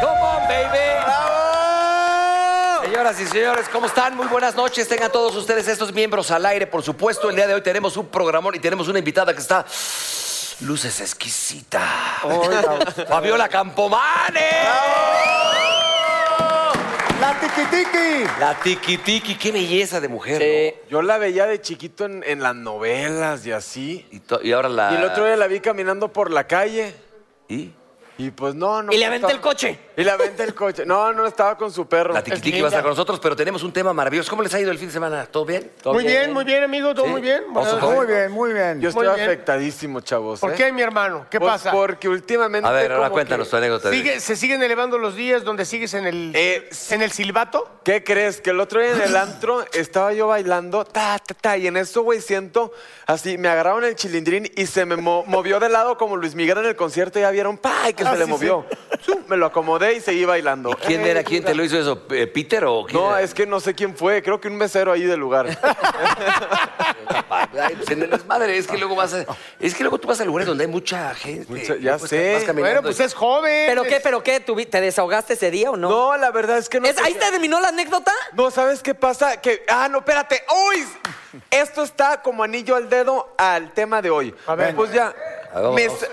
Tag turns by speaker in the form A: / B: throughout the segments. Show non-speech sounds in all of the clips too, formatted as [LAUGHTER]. A: Come on, baby. Señoras y señores, ¿cómo están? Muy buenas noches. Tengan todos ustedes estos miembros al aire, por supuesto. El día de hoy tenemos un programón y tenemos una invitada que está. Luces exquisita. Fabiola Campomane.
B: ¡La tiquitiqui!
A: La tiki tiki, qué belleza de mujer.
C: Yo la veía de chiquito en, en las novelas y así.
A: ¿no? Y, to- y ahora la.
C: Y el otro día la vi caminando por la calle.
A: ¿Y?
C: Y pues no, no.
D: Y le aventé el
C: estaba-
D: coche.
C: Y le aventé el coche. No, no estaba con su perro.
A: La tiki tiki va a estar con nosotros, pero tenemos un tema maravilloso. ¿Cómo les ha ido el fin de semana? ¿Todo bien?
B: Muy bien, muy bien, amigo, todo
A: Sí.
B: muy bien.
A: Vamos a
B: Bueno,
A: comer.
B: Muy bien, muy bien.
C: Yo estoy
B: Muy bien.
C: afectadísimo, chavos.
B: ¿Por
C: ¿eh?
B: qué, mi hermano? ¿Qué
C: Pues
B: pasa?
C: Porque últimamente.
A: A ver, ahora
C: como
A: cuéntanos
C: que-
A: tu anécdota.
B: Sigue- ¿Se siguen elevando los días donde sigues en el,
C: Eh, sí.
B: en el silbato?
C: ¿Qué crees? Que el otro día en el antro estaba yo bailando, ta, ta, ta, y en eso, güey, siento así, me agarraron el chilindrín y se me mo- movió de lado como Luis Miguel en el concierto, ya vieron, pa, y
B: Ah,
C: que se le movió. Zum, Me lo acomodé y seguí bailando.
A: ¿Quién era? ¿Quién te lo hizo eso? ¿Eh, ¿Peter o quién?
C: No,
A: era? [LAUGHS]
C: es que no sé quién fue, creo que un mesero ahí del lugar.
A: Ay, pues en el desmadre, es que luego vas a, es que luego tú vas a lugares donde hay mucha gente.
C: Mucha-
A: Y
C: ya
A: pues
C: sé.
A: vas caminando
B: Bueno, pues
A: y-
B: es joven. Eh,
D: ¿Pero qué?
B: es-
D: ¿Pero qué? ¿Tuvi- ¿Te desahogaste ese día o no?
C: No, la verdad es que no.
D: ¿Es- ¿Ahí
C: tenía-
D: terminó la anécdota?
C: No, ¿sabes qué pasa? Que. Ah, no, espérate. ¡Uy! Esto está como anillo al dedo al tema de hoy.
B: A ver.
C: Pues ya.
A: A ver,
C: Me,
A: vamos a
C: sa-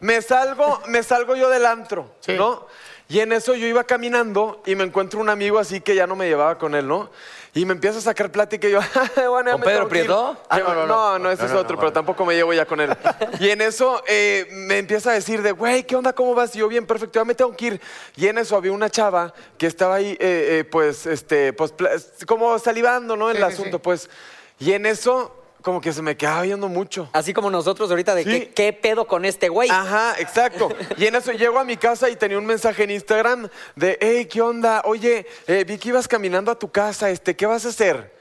C: me salgo, me salgo yo del antro,
B: Sí.
C: ¿no? Y en eso yo iba caminando y me encuentro un amigo así que ya no me llevaba con él, ¿no? Y me empieza a sacar plática y yo, [LAUGHS] bueno, ya
A: ¿Con Pedro
C: me tengo que ir".
A: Prieto?
C: Ah, no, no, no, ese
A: No,
C: es
A: no, no,
C: otro,
A: bueno.
C: pero tampoco me llevo ya con él. Y en eso eh, me empieza a decir de, güey, ¿qué onda? ¿Cómo vas? Y yo, bien, perfecto, ya me tengo que ir. Y en eso había una chava que estaba ahí, eh, eh, pues, este, pues, pla- como salivando, ¿no? El
B: Sí, sí,
C: asunto,
B: sí.
C: pues. Y en eso, como que se me quedaba viendo mucho.
D: Así como nosotros ahorita de
C: Sí.
D: que, qué pedo con este güey.
A: Ah.
C: Ajá, exacto. Y en eso llego a mi casa y tenía un mensaje en Instagram de, hey, ¿qué onda? Oye, eh, vi que ibas caminando a tu casa, este, ¿qué vas a hacer?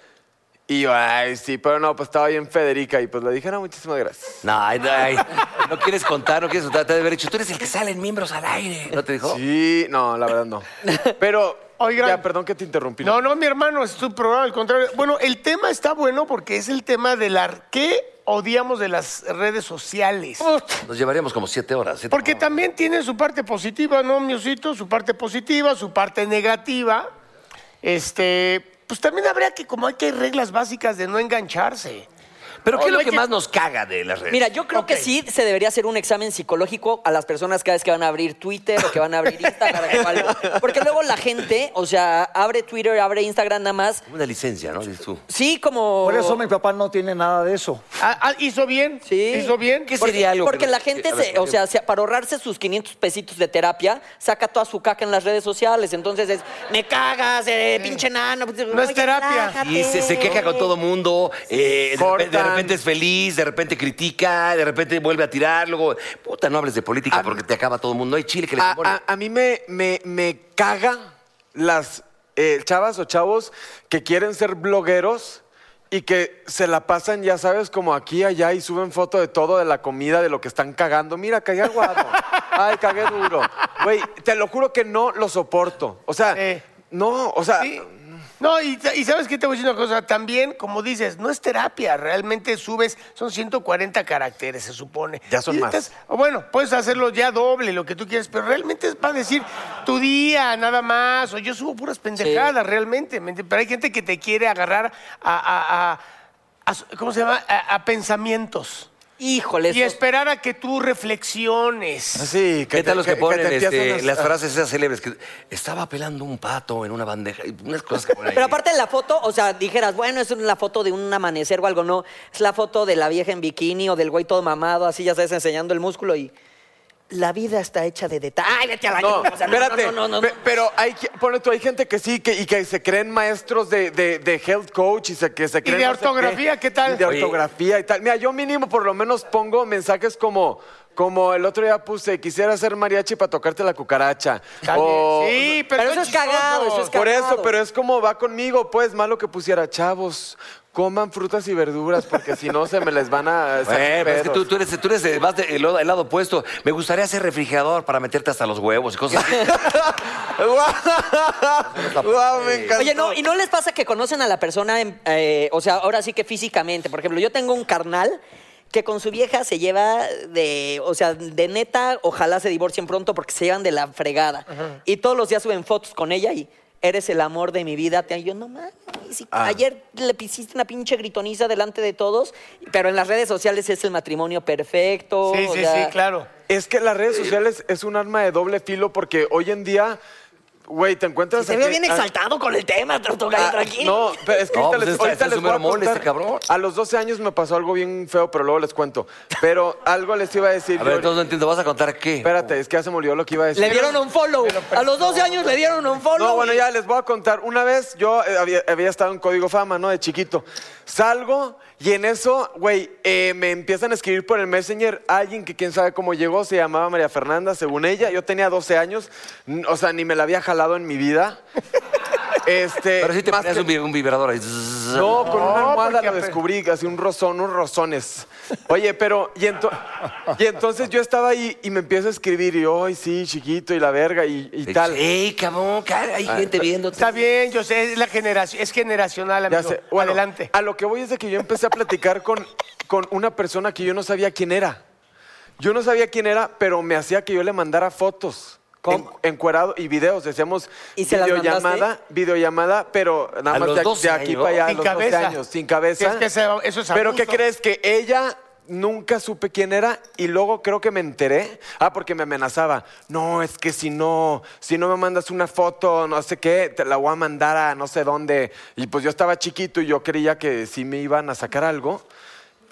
C: Y yo, ay, sí, pero no, pues estaba bien Federica y pues le dije, no, muchísimas gracias.
A: No, ay, ay, no quieres contar, no quieres contar. Te ha de haber dicho, tú eres el que sale en miembros al aire. ¿No te dijo?
C: Sí, no, la [LAUGHS] verdad no. Pero,
B: Oigan.
C: ya, perdón que te interrumpí.
B: No, no, mi hermano, es tu programa, al contrario. Bueno, el tema está bueno porque es el tema del ar... ¿Qué odiamos de las redes sociales?
A: Nos llevaríamos como siete horas. siete-
B: Porque también tiene su parte positiva, ¿no, miosito? Su parte positiva, su parte negativa. Este, pues también habría que, como hay que hay reglas básicas de no engancharse.
A: Pero ¿qué es
B: No,
A: lo
B: no hay
A: que
B: que-
A: más nos caga de las redes?
D: Mira, yo creo
B: Ok.
D: que sí se debería hacer un examen psicológico a las personas cada vez que van a abrir Twitter o que van a abrir Instagram o algo. Porque luego la gente, o sea, abre Twitter, abre Instagram nada más.
A: una licencia, ¿no? Dices tú.
D: Sí, como...
E: Por eso mi papá no tiene nada de eso.
B: Ah, ah, ¿Hizo bien?
D: Sí.
B: ¿Hizo bien?
A: ¿Qué
D: porque,
A: sería algo que
D: Porque
A: no-
D: la
A: que-
D: gente,
A: a ver,
D: se,
A: por
D: o sea, se- para ahorrarse sus 500 pesitos de terapia, saca toda su caca en las redes sociales. Entonces es, me cagas, eh, pinche nano.
B: No es terapia.
A: Y se, se queja con todo mundo, eh, de, repe- de repente,
C: Cortan.
A: es feliz, de repente critica, de repente vuelve a tirar, luego, puta, no hables de política porque te acaba todo el mundo. No hay chile que le
C: A, a- a mí me, me, me caga las eh, chavas o chavos que quieren ser blogueros y que se la pasan, ya sabes, como aquí, allá y suben foto de todo, de la comida, de lo que están cagando. Mira, cagué [LAUGHS] aguado. Ay, cagué duro. Güey, te lo juro que no lo soporto. O sea,
B: Sí.
C: no, o sea...
B: Sí. No, y, y sabes que te voy a decir una cosa, también, como dices, no es terapia, realmente subes, son 140 caracteres, se supone.
C: Ya son
B: Y
C: más.
B: o bueno, puedes hacerlo ya doble, lo que tú quieras, pero realmente es para decir tu día, nada más, o yo subo puras pendejadas, realmente, ¿me entiendes? pero hay gente que te quiere agarrar a, a- a- a su- ¿cómo se llama? A, a pensamientos.
D: Híjole,
B: Y
D: eso-
B: esperar a que tú reflexiones.
C: Sí,
A: ¿Qué tal los que, ponen
C: te
A: este,
C: empiezan a-
A: las frases esas célebres? Que estaba pelando un pato en una bandeja. y Unas cosas que ponen ahí.
D: Pero aparte en la foto, o sea, dijeras, bueno, es la foto de un amanecer o algo, no. Es la foto de la vieja en bikini o del güey todo mamado, así ya sabes, enseñando el músculo y. La vida está hecha de detalles. ¡Ay, vete a la
C: No,
D: ñonga! [LAUGHS] O sea, no,
C: espérate.
D: No, no, no, no.
C: pe- Pero hay, que- ponle tú, hay gente que sí que, y que se creen maestros de, de- de health coach y se, que se creen.
B: de
C: no sé
B: ortografía, ¿qué tal?
C: Y de
A: Oye.
C: ortografía y tal. Mira, yo mínimo por lo menos pongo mensajes como. Como el otro día puse, quisiera ser mariachi para tocarte la cucaracha. pues,
B: También,
C: Oh,
B: sí, pero
D: Pero eso
B: son
D: es cagado, eso
B: chistosos.
D: es
C: Por eso,
D: cagado.
C: pero es como va conmigo, pues, malo que pusiera, chavos, coman frutas y verduras, porque si no se me les van a...
A: Bueno,
C: salir
D: pues
A: pero es que
C: pedos".
A: tú, tú eres, tú eres de- más del lado opuesto. Me gustaría ser refrigerador para meterte hasta los huevos y cosas así.
C: ¡Guau! ¡Guau, me encantó.
D: Oye, no, ¿y no les pasa que conocen a la persona, en- eh, o sea, ahora sí que físicamente? Por ejemplo, yo tengo un carnal que con su vieja se lleva de, o sea, de neta, ojalá se divorcien pronto porque se llevan de la fregada. Y todos los días suben fotos con ella y eres el amor de mi vida. Te- Y yo, no mames, si ayer le hiciste una pinche gritoniza delante de todos, pero en las redes sociales es el matrimonio perfecto.
B: Sí,
D: o
B: sí,
D: sea,
B: sí, claro.
C: Es que las redes sociales es un arma de doble filo porque hoy en día, güey, te encuentras...
D: Se ve
C: aquí-
D: bien
C: ah,
D: exaltado con el tema,
C: ah,
D: tranquilo.
C: No, pero es que
A: No,
C: ahorita
A: pues
C: les,
A: está-
C: ahorita
A: está
C: les voy a
A: súper mole este
C: contar.
A: cabrón.
C: A los 12 años me pasó algo bien feo, pero luego les cuento. Pero algo les iba a decir.
A: A ver,
C: yo-
A: entonces no entiendo. ¿Vas a contar qué?
C: Espérate, es que ya se me olvidó lo que iba a decir.
D: Le dieron un follow. A los 12 años le dieron un follow.
C: No, bueno, ya les voy a contar. Una vez yo eh, había, había estado en Código Fama, ¿no? De chiquito. Salgo y en eso, güey, eh, me empiezan a escribir por el Messenger alguien que quién sabe cómo llegó, se llamaba María Fernanda, según ella. Yo tenía 12 años, n- o sea, ni me la había jalado en
A: [LAUGHS]
C: mi vida. Este,
A: Pero sí te
C: más
A: ponías
C: que-
A: un, vi- un vibrador ahí. zzzz.
C: no, con una almohada
B: porque
C: lo
B: ape-
C: descubrí, así un rozón, unos rozones. Oye, pero, y, ento- y entonces yo estaba ahí y me empiezo a escribir, y hoy sí, chiquito, y la verga, y, y tal.
A: Ey, cabrón, cara, hay gente viéndote.
B: Está bien, yo sé, es, la generación, es generacional,
C: Ya
B: amigo.
C: sé. Bueno,
B: Adelante.
C: A lo que voy es de que yo empecé a platicar con, con una persona que yo no sabía quién era. Yo no sabía quién era, pero me hacía que yo le mandara fotos.
D: ¿Cómo?
C: en- encuerado y videos. Decíamos
D: ¿Y se las
C: videollamada, videollamada, pero nada
A: ¿A
C: más
A: los
C: de, aquí-
A: 12
C: de aquí
A: años?
C: para allá, a
B: Sin
C: los 12
B: cabeza.
C: años, sin cabeza.
B: Es que eso- eso es
C: Pero ¿qué
B: abuso.
C: crees? que ella nunca supe quién era y luego creo que me enteré. Ah, porque me amenazaba. No, es que si no, si no me mandas una foto, no sé qué, te la voy a mandar a no sé dónde. Y pues yo estaba chiquito y yo creía que sí me iban a sacar algo.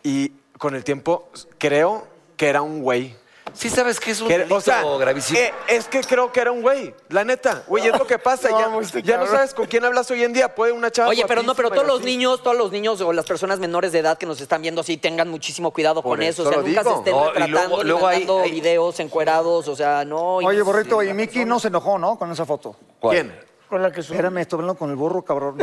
C: Y con el tiempo creo que era un güey.
A: Sí sabes que es un
C: Que era-
A: delito
C: o sea,
A: gravísimo.
C: eh, es que creo que era un güey, la neta. Güey, es lo que pasa. ya-
B: [LAUGHS] No, este
C: ya, no
B: cabrón.
C: sabes con quién hablas hoy en día. Puede una chava.
D: Oye, pero no, pero
C: guapísima y
D: todos los
C: así.
D: niños, todos los niños o las personas menores de edad que nos están viendo, sí tengan muchísimo cuidado
C: Por
D: con eso.
C: eso
D: O sea,
C: lo
D: nunca se
C: digo.
D: estén
A: No, y
D: retratando
A: luego-
D: ni
A: luego hay-
D: mandando
A: hay-
D: videos encuerados, o sea, no. y-
E: Oye, Borrito, y Mickey no se enojó, ¿no? Con esa foto.
A: ¿Cuál?
C: ¿Quién?
B: Con la que sube.
E: Espérame, estoy hablando con el burro,
B: [LAUGHS]
E: cabrón.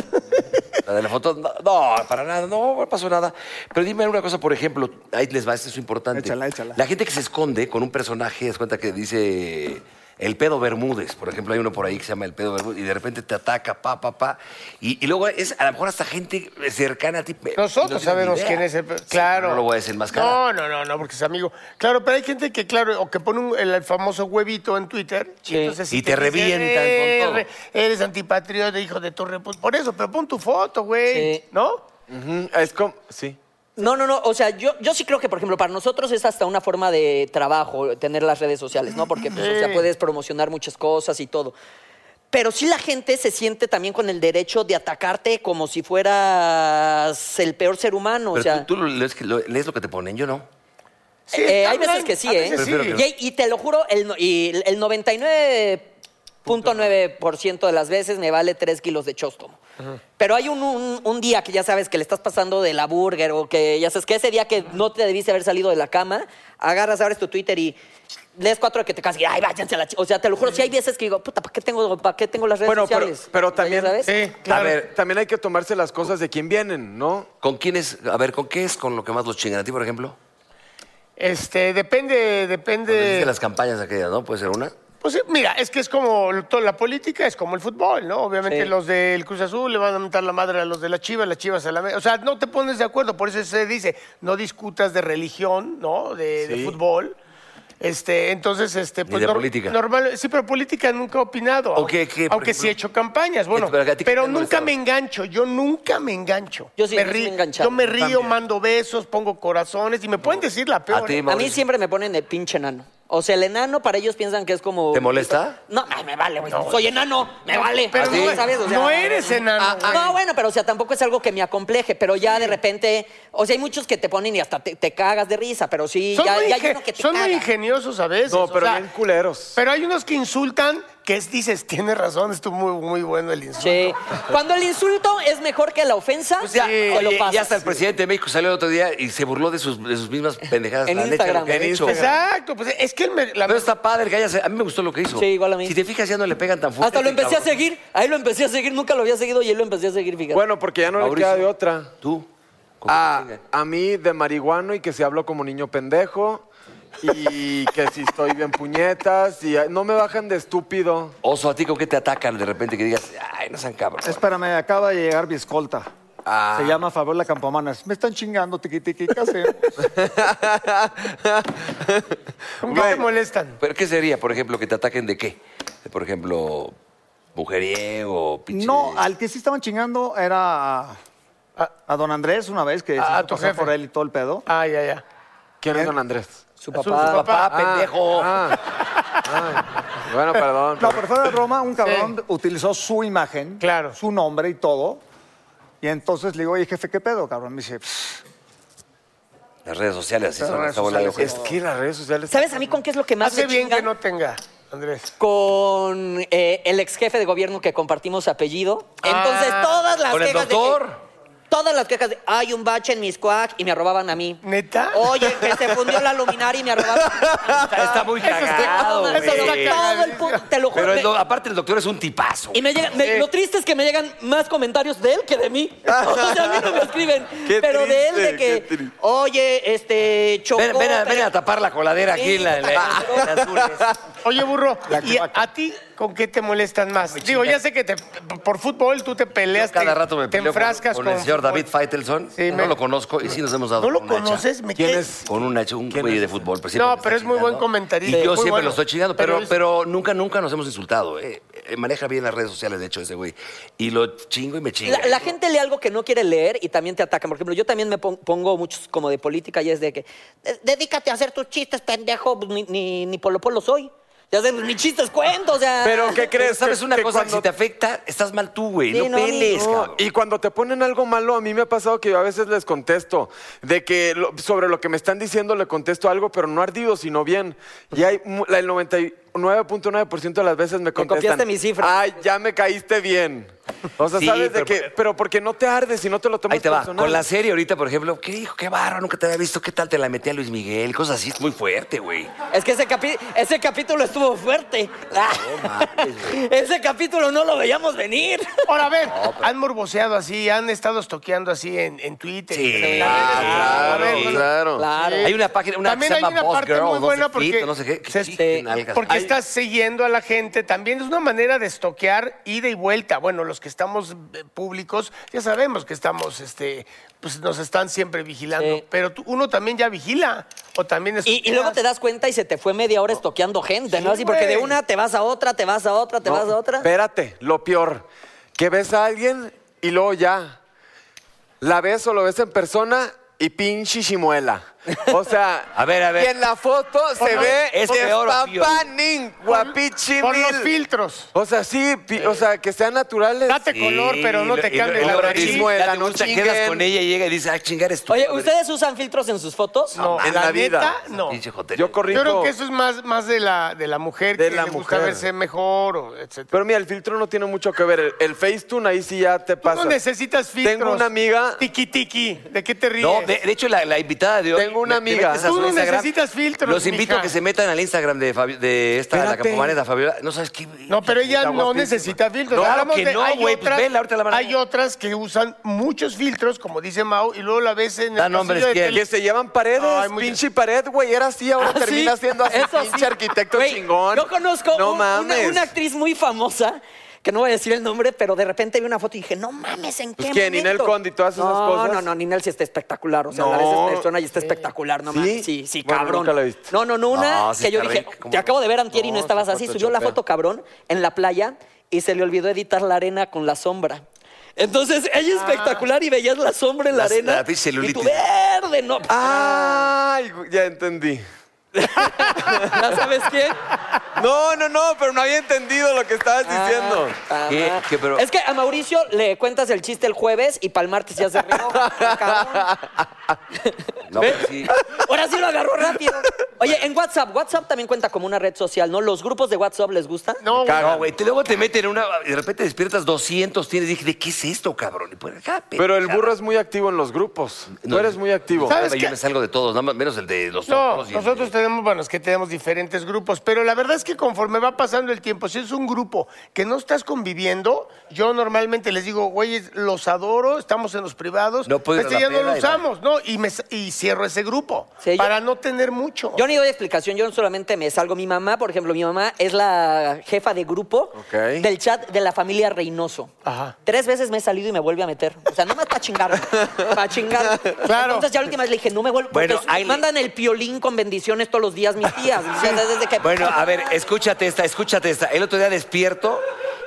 A: La de la foto. No, no, para nada, no, no pasó nada. Pero dime una cosa, por ejemplo, ahí les va, esto es importante.
E: Échala, échala.
A: La gente que se esconde con un personaje, das cuenta que dice el pedo Bermúdez, por ejemplo, hay uno por ahí que se llama el pedo Bermúdez, y de repente te ataca, pa, pa, pa. Y, y luego es a lo mejor hasta gente cercana a ti. pe- y no
B: Nosotros
A: tienen
B: sabemos
A: idea.
B: quién es el.
A: Sí,
B: Claro.
A: No lo voy a decir más cara.
B: No, no, no, no, porque es amigo. Claro, pero hay gente que, claro, o que pone un- el, famoso huevito en Twitter.
D: Sí.
A: Y te revientan con
B: "Eh,
A: todo".
B: re- Eres antipatriota, hijo de torre. Por eso, pero pon tu foto, güey.
D: Sí.
B: ¿No?
C: Ujú, Es como. Sí.
D: No, no, no. O sea, yo, yo sí creo que, por ejemplo, para nosotros es hasta una forma de trabajo tener las redes sociales, ¿no? Porque pues, o sea, puedes promocionar muchas cosas y todo. Pero sí la gente se siente también con el derecho de atacarte como si fueras el peor ser humano.
A: Pero
D: o sea,
A: tú, tú lo lees, que- lo- lees lo que te ponen, yo no.
B: Sí,
D: Eh, hay
B: también,
D: veces que sí,
B: a
D: ¿eh?
B: veces sí.
A: Prefiero que no.
D: Y, hay- y te lo juro, el, no- y el 99.9% de las veces me vale 3 kilos de chóstomo. Pero hay un, un- un día que ya sabes que le estás pasando de la burger o que ya sabes que ese día que no te debiste haber salido de la cama, agarras, abres tu Twitter y lees cuatro que te casas y ay, váyanse a la ch-". O sea, te lo juro, si hay veces que digo, puta, ¿para qué tengo, para qué tengo las redes
C: Bueno, pero,
D: sociales?
C: pero
D: O sea,
C: también,
D: ya sabes.
B: Sí, claro.
C: a ver, también hay que tomarse las cosas de quién vienen, ¿no?
D: Pues
A: ¿Con quién es? A ver, ¿con qué es con lo que más los chingan? ¿A ti, por ejemplo?
B: Este, depende,
A: Cuando hiciste
B: depende.
A: Pues las campañas aquellas, ¿no? ¿Puede ser una?
B: Pues eh, mira, es que es como el- toda la política, es como el fútbol, ¿no? Obviamente
D: Sí.
B: los del Cruz Azul le van a mentar la madre a los de la Chivas, las Chivas a la... me- O sea, no te pones de acuerdo, por eso se dice, no discutas de religión, ¿no? De, de
C: Sí.
B: fútbol. Este, entonces, este,
A: Ni de
B: nor-
A: política.
B: Normal, sí, pero política nunca he opinado.
A: ¿O qué- qué, por
B: aunque sí he
A: ejemplo? Este,
B: hecho campañas, bueno.
A: Pero a
B: Pero,
A: ti qué te ha
B: nunca
A: molestado?
B: me engancho, yo nunca me engancho.
D: Yo sí,
B: me
D: yo sí
B: ri-
D: me he enganchado.
B: Yo me río, mando besos, pongo corazones y me pueden decir la peor.
A: A ti,
B: ¿eh?
D: A mí
A: Mauricio.
D: siempre me ponen de pinche enano. O sea, el enano para ellos piensan que es como.
A: ¿Te molesta?
D: No, ay, me vale, güey. Soy enano, me vale. ¿Ah,
B: Pero
D: Así,
B: no- no eres enano, güey.
D: no, bueno, pero o sea, tampoco es algo que me acompleje, pero ya de repente. O sea, hay muchos que te ponen y hasta te, te cagas de risa, pero sí,
B: Son,
D: ya,
B: muy,
D: ya hay
B: ingen-
D: uno que te
B: son muy
D: caga.
B: ingeniosos a veces.
C: No,
B: o
C: pero
B: sea,
C: bien culeros.
B: Pero hay unos que insultan que es- dices, tienes razón, estuvo muy, muy bueno el insulto.
D: Sí. Cuando el insulto es mejor que la ofensa,
A: Pues ya,
D: te
A: oye,
D: lo pasas.
A: ya hasta el presidente de México salió el otro día y se burló de sus, de sus mismas pendejadas.
D: En
A: la neta,
D: Instagram,
A: lo que han
D: en
A: hecho.
B: Exacto, pues es que el me- la-
A: Pero está padre que haya... A mí me gustó lo que hizo.
D: Sí, igual a mí.
A: Si te fijas, ya no le pegan tan fuerte.
D: Hasta lo
A: este
D: empecé a
A: cabrón.
D: seguir. Ahí lo empecé a seguir. Nunca lo había seguido y él lo empecé a seguir, fíjate.
C: Bueno, porque ya no
A: Mauricio.
C: le queda de otra.
A: Tú. ¿Cómo
C: A,
A: te chingan?
C: a mí de marihuano y que se habló como niño pendejo
D: [LAUGHS]
C: y que si estoy bien puñetas y ah, no me bajan de estúpido.
A: Oso, ¿a ti con qué te atacan de repente que digas, ay, no sean cabros?
E: Espérame, acaba de llegar mi escolta.
A: Ah.
E: Se llama Fabiola Campomanas. Me están chingando, tiqui, tiqui, ¿qué
A: [LAUGHS]
E: hacemos?
B: ¿Cómo que te molestan?
A: ¿Pero qué sería, por ejemplo, que te ataquen de qué? De, por ejemplo, mujeriego, pinche...
E: No, al que sí estaban chingando era a, a don Andrés una vez que se
B: Ah,
E: hizo
B: tu
E: pasar
B: jefe.
E: por él y todo el pedo.
B: Ah, ya, ya.
C: ¿Quién es don Andrés?
D: su
B: su- su
D: papá.
A: Papá,
C: Ah,
A: pendejo.
C: ah. Ay, bueno, perdón.
E: No, pero fuera de broma, un cabrón
B: Sí.
E: utilizó su imagen,
B: Claro.
E: su nombre y todo. Y entonces le digo, oye, jefe, ¿qué pedo, cabrón? Me dice, "Pss,
A: Las redes sociales, así
E: Las
A: son
E: redes
A: esta bola de
E: sociales,
C: Es
A: ojos.
C: que las redes sociales.
D: ¿Sabes a mí con qué es lo que más
B: Hace
D: me
B: bien
D: chingan?
B: que no tenga, Andrés.
D: Con eh, el ex jefe de gobierno que compartimos apellido. Entonces, todas las
A: Ah, ¿con el
D: quejas. de
A: doctor?
D: que- todas las quejas de. Hay un bache en mis cuac y me arrobaban a mí.
B: ¿Neta?
D: Oye, que se fundió la luminaria y me arrobaban.
A: Está, está muy cagado,
D: Todo,
A: güey.
B: eso está
D: todo el pu- Te lo juro.
A: Pero el
D: me-
A: do- aparte el doctor es un tipazo.
D: Y me llegan, me- lo triste es que me llegan más comentarios de él que de mí. O sea, a mí no me escriben.
C: Qué
D: pero de él, de
C: triste, qué
D: que,
C: triste. Oh,
D: oye, este, chocó.
A: Ven, ven a, ven a
D: tal-
A: tapar la coladera aquí en la, en la-
B: [LAUGHS]
A: en la Azules.
B: Oye, burro,
E: La
B: ¿y a,
E: cloaca.
B: a ti con qué te molestan más? Digo, ya sé que te- por fútbol tú te peleas,
A: Yo cada
B: te-
A: rato me
B: te
A: peleo con,
B: enfrascas
A: con
B: con,
A: el señor
B: fútbol.
A: David Feitelson.
B: Sí,
A: no
B: me-
A: lo conozco y sí nos hemos dado
B: ¿No lo
A: con una hacha.
B: conoces? Me
C: ¿Quién
B: cae-
C: es?
A: Con un hacha, un güey de fútbol. Pero siempre
B: No,
A: me está
B: pero es muy
A: chingando.
B: buen comentarista,
A: Y
B: muy
A: yo siempre
B: bueno.
A: lo estoy chingando, pero,
B: Pero es-
A: pero nunca, nunca nos hemos insultado. eh. Eh, Maneja bien las redes sociales, de hecho, ese güey. Y lo chingo y me chingo.
D: La, la gente lee algo que no quiere leer y también te atacan. Por ejemplo, yo también me pon- pongo muchos como de política y es de que "Eh, dedícate a hacer tus chistes, pendejo, pues, ni, ni, ni polo polo soy. Ya sé, pues, mis chistes cuento, o sea.
C: Pero ¿qué crees?
A: ¿Sabes
C: Que-
A: una
C: que
A: cosa?
C: cuando-
A: Si te afecta, estás mal tú, güey.
D: Sí,
A: no,
D: no, ni-
A: peles,
D: no.
A: cabrón.
C: Y cuando te ponen algo malo, a mí me ha pasado que yo a veces les contesto, de que lo- sobre lo que me están diciendo le contesto algo, pero no ardido, sino bien. Y hay mu- la- el 99.9% de las veces me contestan.
D: copiaste mi cifra.
C: Ay, ya me caíste bien. O sea,
A: Sí,
C: sabes
A: pero-
C: de que, pero porque no te ardes y no te lo tomas
A: Ahí te va.
C: personal.
A: Con la serie ahorita, por ejemplo, ¿qué hijo? ¿Qué barro? Nunca te había visto. ¿Qué tal te la metí a Luis Miguel? Cosas así. Es muy
B: [LAUGHS]
A: fuerte, güey.
D: Es que ese, capi- ese capítulo estuvo fuerte. ese capítulo no lo veíamos venir.
B: Ahora, a ver, han morboseado así, han estado estoqueando así en, en Twitter.
A: Sí,
B: en redes. A
A: claro,
B: ver,
A: sí.
B: bueno,
C: claro.
D: Claro.
A: Hay una página, una
B: También
A: que
B: hay
A: se llama
B: una
A: Boss
B: parte
A: Girl,
B: muy
A: no sé
B: buena
A: qué,
B: porque,
A: no sé qué.
B: se-
A: Sí,
D: este,
A: en algas.
B: porque
A: Hay-
B: estás siguiendo a la gente. También es una manera de estoquear ida y vuelta. Bueno, los que estamos eh, públicos ya sabemos que estamos, este, pues nos están siempre vigilando.
D: Sí.
B: Pero tú- uno también ya vigila o también es.
D: Y, y luego te das cuenta y se te fue media hora estoqueando gente, ¿no?
B: Sí,
D: Así porque de
B: güey.
D: una te vas a otra, te vas a otra, te
C: No,
D: vas a otra.
C: Espérate, lo peor, que ves a alguien y luego ya. La ves o lo ves en persona y pinche chimuela. O sea,
A: A ver, a ver.
C: Y en la foto se
A: los-
C: ve
A: es peor, Ophir.
C: espapanín, guapichimil.
B: Con los filtros.
C: O sea, sí, pi- o sea, que sean naturales.
B: Date
A: Sí,
B: color, pero no
A: lo-
B: te
A: y lo-
B: cambies
A: y
B: la
A: lo-
C: nariz.
A: y
B: raíz.
C: Muela,
A: ya te
C: no
A: gusta,
C: chinguen.
A: quedas con ella y llega y dice, ah, chingar es tú.
D: Oye,
A: madre".
D: ¿ustedes usan filtros en sus fotos?
B: No,
C: en
B: la,
C: la vida.
B: neta, no.
A: Pinche jotería.
C: Yo corrijo.
B: Yo creo que eso es más, más de la, de la mujer
C: De
B: que
C: la
B: le gusta
C: mujer.
B: verse mejor, o etcétera.
C: Pero mira, el filtro no tiene mucho que ver. El, el Facetune ahí sí ya te
B: Tú
C: pasa.
B: no necesitas filtros.
C: Tengo una amiga.
B: Tiki tiki. ¿De qué te ríes?
A: No, de, de hecho, la, la invitada de hoy
C: Tengo una
A: Me- te
C: amiga.
A: metes a su
B: Tú no
A: Instagram.
B: necesitas filtros,
A: Los invito
B: mija.
A: a que se metan al Instagram de, Fabi- de esta, la
C: Espérate.
A: campomanera Fabiola. No sabes qué.
B: No, pero ella
C: Está
B: no
C: guapísima.
B: necesita filtros.
A: No,
B: Hablamos
A: que
B: de-
A: no,
B: hay
A: güey, pues
B: otras-
A: vela, ahorita la van a-
B: Hay otras que usan muchos filtros, como dice Mau, y luego la ves en
A: Da
B: el
A: nombres,
B: pasillo de
A: ¿quién?
B: tele-
C: Que se llevan paredes,
B: Ay, muy-
C: pinche pared, güey. Era así, ahora
D: Ah, ¿sí?
C: termina siendo así,
D: Eso
C: pinche
D: sí.
C: arquitecto
D: Güey,
C: chingón.
D: Yo conozco
C: No
D: un- una,
C: mames.
D: una actriz muy famosa, que no voy a decir el nombre, pero de repente vi una foto y dije, no mames, ¿en qué
C: Pues, ¿quién?
D: momento?
C: ¿Ninel Conde y todas esas
D: no,
C: cosas?
D: No, no, Ninel sí está espectacular. O sea,
C: No.
D: la ves en persona y está espectacular, no
C: ¿Sí?
D: mames. Sí, sí,
C: Bueno,
D: cabrón.
C: nunca la he visto.
D: No, no, no, una
A: No, sí
D: que yo
A: está
D: dije,
A: rica, como-
D: te acabo de ver antier y
C: No,
D: no estabas
C: esa
D: así.
C: foto
D: Subió la
C: chopea.
D: foto, cabrón, en la playa y se le olvidó editar la arena con la sombra. Entonces, ella
C: Ah.
D: es espectacular y veías la sombra en la
A: Las-
D: arena.
A: la pinche
D: y tú
A: celulitis.
D: verde, no.
C: Ah. Ay, güey, ya entendí.
D: ¿Ya sabes qué?
C: No, no, no, pero no había entendido lo que estabas diciendo.
D: Ah,
A: ¿Qué?
D: ah.
A: ¿Qué, pero-
D: Es que a Mauricio le cuentas el chiste el jueves y para el martes ya se rió. Cabrón.
A: No, pero
B: [LAUGHS]
A: sí.
D: Ahora sí lo agarró rápido. Oye, en WhatsApp, WhatsApp también cuenta como una red social, ¿no? ¿Los grupos de WhatsApp les gustan?
B: No, güey.
A: No, güey. te- Luego te meten en una. De repente despiertas 200, tienes. Dije, ¿de qué es esto, cabrón? Y pues, acá,
C: Pero el
A: pendejada.
C: burro es muy activo en los grupos. Tú
A: No,
C: eres muy activo.
B: ¿Sabes?
A: Ah, Yo
B: qué?
A: me salgo de todos, nada más menos el de los
B: No,
A: otros y el de-
B: nosotros tenemos, bueno, es que tenemos diferentes grupos, pero la verdad es que conforme va pasando el tiempo, si es un grupo que no estás conviviendo, yo normalmente les digo, güeyes, los adoro, estamos en los privados,
A: No puedo ir
B: este
A: a la
B: ya no
A: peda
B: lo
A: y va.
B: usamos, ¿no? Y, me, y cierro ese grupo
D: Sí, yo-
B: para no tener mucho.
D: Yo ni doy explicación, yo solamente me salgo. Mi mamá, por ejemplo, mi mamá es la jefa de grupo
C: Ok.
D: del chat de la familia Reynoso.
B: Ajá.
D: Tres veces me he salido y me vuelve a meter. O sea, nomás para chingar. Para chingar.
B: [LAUGHS] Claro.
D: Entonces ya la última vez le dije, no me vuelvo.
A: Bueno,
D: porque
A: ahí le-
D: mandan el piolín con bendiciones todos los días mis tías. O sea, desde que-
A: Bueno, a ver, escúchate esta, escúchate esta. El otro día despierto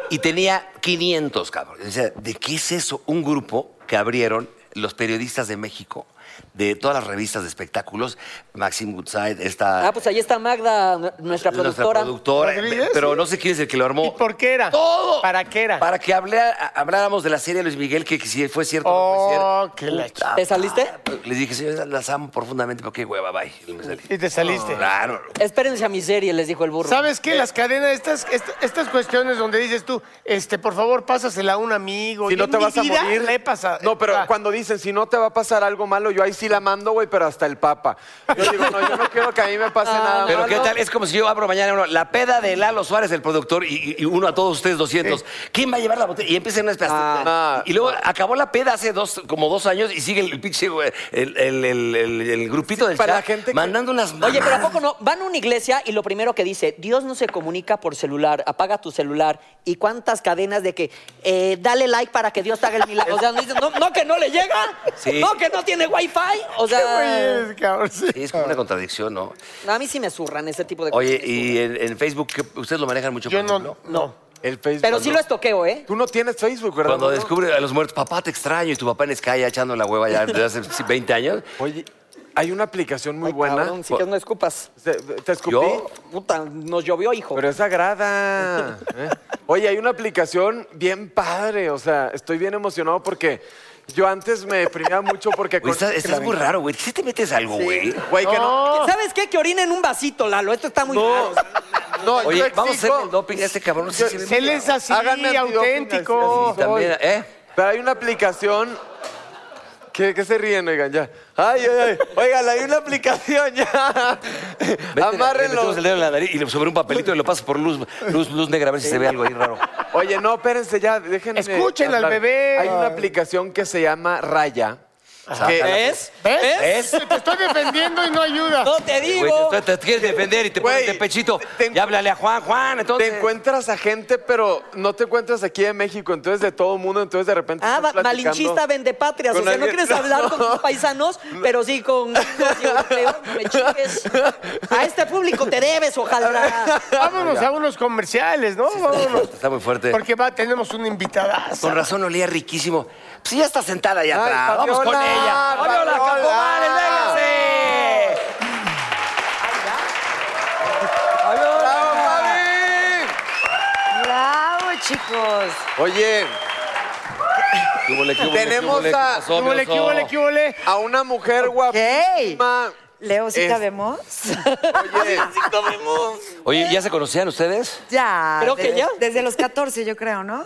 A: y tenía 500, cabrón. O sea, ¿de qué es eso? Un grupo que abrieron los periodistas de México, de todas las revistas de espectáculos, Maxim Goodside, esta...
D: Ah, pues ahí está Magda, nu- nuestra productora.
A: productora,
B: Rodríguez,
A: pero
B: sí.
A: no sé quién es el que lo armó.
B: ¿Y por qué era?
A: ¡Todo!
B: ¿Para qué era?
A: Para que habla- habláramos de la serie de Luis Miguel, que, que si fue cierto o
B: Oh,
A: no fue
B: qué la
A: cierto. pues,
D: ¿Te saliste?
A: Les dije, señores, las amo profundamente, pero qué hueva, bye. Y me salí.
B: Y te saliste.
A: Claro.
D: Espérense a mi serie, les dijo el burro.
B: ¿Sabes
C: Eh.
B: qué? Las cadenas, estas, est- estas cuestiones donde dices tú, este, por favor, pásasela a un amigo.
C: Si
B: Yo
C: no
B: en
C: te
B: mi
C: vas a
B: vida
C: morir.
B: la he pasado. Ah.
C: No, pero
B: O sea,
C: cuando dicen, si no te va a pasar algo malo, yo ahí sí la mando, güey, pero hasta el papa. Yo digo, no, yo no quiero que a mí me
D: Ah,
C: pase nada
A: Pero
C: malo.
A: qué tal, es como si yo abro mañana uno, la peda de Lalo Suárez, el productor, y, y- y uno a todos ustedes 200. ¿Quién va a llevar la botella? Y empieza una especie.
C: Ah,
A: y luego acabó la peda hace dos, como dos años y sigue el pinche, güey, el, el- el- el- el grupito del
C: para
A: chat
C: la gente que-
A: mandando unas
D: Oye, pero ¿a
A: mamadas.
D: poco no? Van a una iglesia y lo primero que dice, Dios no se comunica por celular, apaga tu celular. ¿Y cuántas cadenas de que eh, dale like para que Dios te haga el milagro? O sea, no, dicen, no, no que no le llega,
A: Sí.
D: no que no tiene wifi. O
B: Qué
D: sea,
B: güey eres, cabrón, sí.
A: Sí, es como una contradicción, ¿no?
D: a mí sí me zurran ese tipo de cosas.
A: Oye, y en, en Facebook, ¿qué- ¿ustedes lo manejan mucho?
B: Yo
A: por
B: no,
A: ejemplo?
B: no.
C: El Facebook.
D: Pero sí lo estoqueo, ¿eh?
C: Tú no tienes Facebook, ¿verdad?
A: Cuando
C: Bruno?
A: descubre a los muertos, papá, te extraño, y tu papá en Sky echando la hueva ya desde hace 20 años.
C: Oye, hay una aplicación muy
D: Ay,
C: buena.
D: cabrón, sí que no escupas.
C: Se- ¿Te escupí?
A: Yo,
D: Puta, nos llovió, hijo.
C: Pero es sagrada. ¿eh? Oye, hay una aplicación bien padre. O sea, estoy bien emocionado porque yo antes me deprimía mucho porque...
A: güey, estás, estás muy raro, güey. ¿Sí te metes algo, güey?
C: Güey, que no...
D: ¿Sabes qué? Que orina en un vasito, Lalo. Esto está muy raro.
C: No, no, yo
A: Oye, vamos a hacer
C: exijo-
A: el doping a este cabrón. Sí, se ve
B: Él
A: muy
B: es
A: raro.
B: así,
C: Háganme antidoping,
B: auténtico.
C: así,
A: También, ¿eh?
C: Pero hay una aplicación. que se ríen, oigan, ya? Ay, ay, ay. Oigan, hay una [LAUGHS] aplicación ya.
A: Vete, Le
C: Amárrenlo.
A: metemos el dedo en la nariz y le- sobre un papelito y lo pasas por luz, luz, luz negra a ver si se ve algo ahí raro.
C: Oye, no, espérense ya, déjenme.
B: Escuchen al
C: hablar.
B: bebé.
C: Hay una aplicación que se llama Raya. que-
D: ¿Ves?
B: ¿Ves?
A: ¿Ves?
B: Te estoy defendiendo y no ayuda.
C: [LAUGHS]
D: No te
A: Güey,
D: digo.
A: te, te quieres defender y te
C: Güey,
A: pones de pechito.
C: te-
A: Ya háblale a Juan, Juan, entonces.
C: Te encuentras a gente, pero no te encuentras aquí en México, entonces de todo el mundo, entonces de repente.
D: Ah,
C: estás
D: va-
C: platicando
D: malinchista vende patrias. O
C: con
D: sea, no
C: alguien.
D: quieres hablar con tus paisanos, pero sí con gringos y europeos. No
C: [LAUGHS]
D: me chingues. A este público te debes, ojalá.
B: Vámonos a unos comerciales, ¿no? Vámonos.
A: Está muy fuerte.
B: Porque va, tenemos una invitada.
A: Este, Con razón olía riquísimo. Pues ella está sentada allá
C: Ay,
A: atrás. Vamos con
C: Fabiola,
A: ella.
C: Fabiola.
A: Campomanes, véngase!
C: ¡Bravo, Fabi!
F: ¡Bravo, chicos!
C: Oye,
A: ¿Qué hubo, le, qué hubo, le, qué
C: Tenemos
A: hubo, le, qué
C: a-
A: pasó, mi
B: ¿Qué
A: oso?
B: huele, qué huele?
C: a una mujer guapísima.
F: Leo, ¿sí
C: Es-
F: cabemos?
C: Oye,
A: Oye, ¿ya se conocían ustedes?
F: [LAUGHS] Ya.
D: Creo que
F: de-
D: ya.
F: Desde los 14, yo creo, ¿no?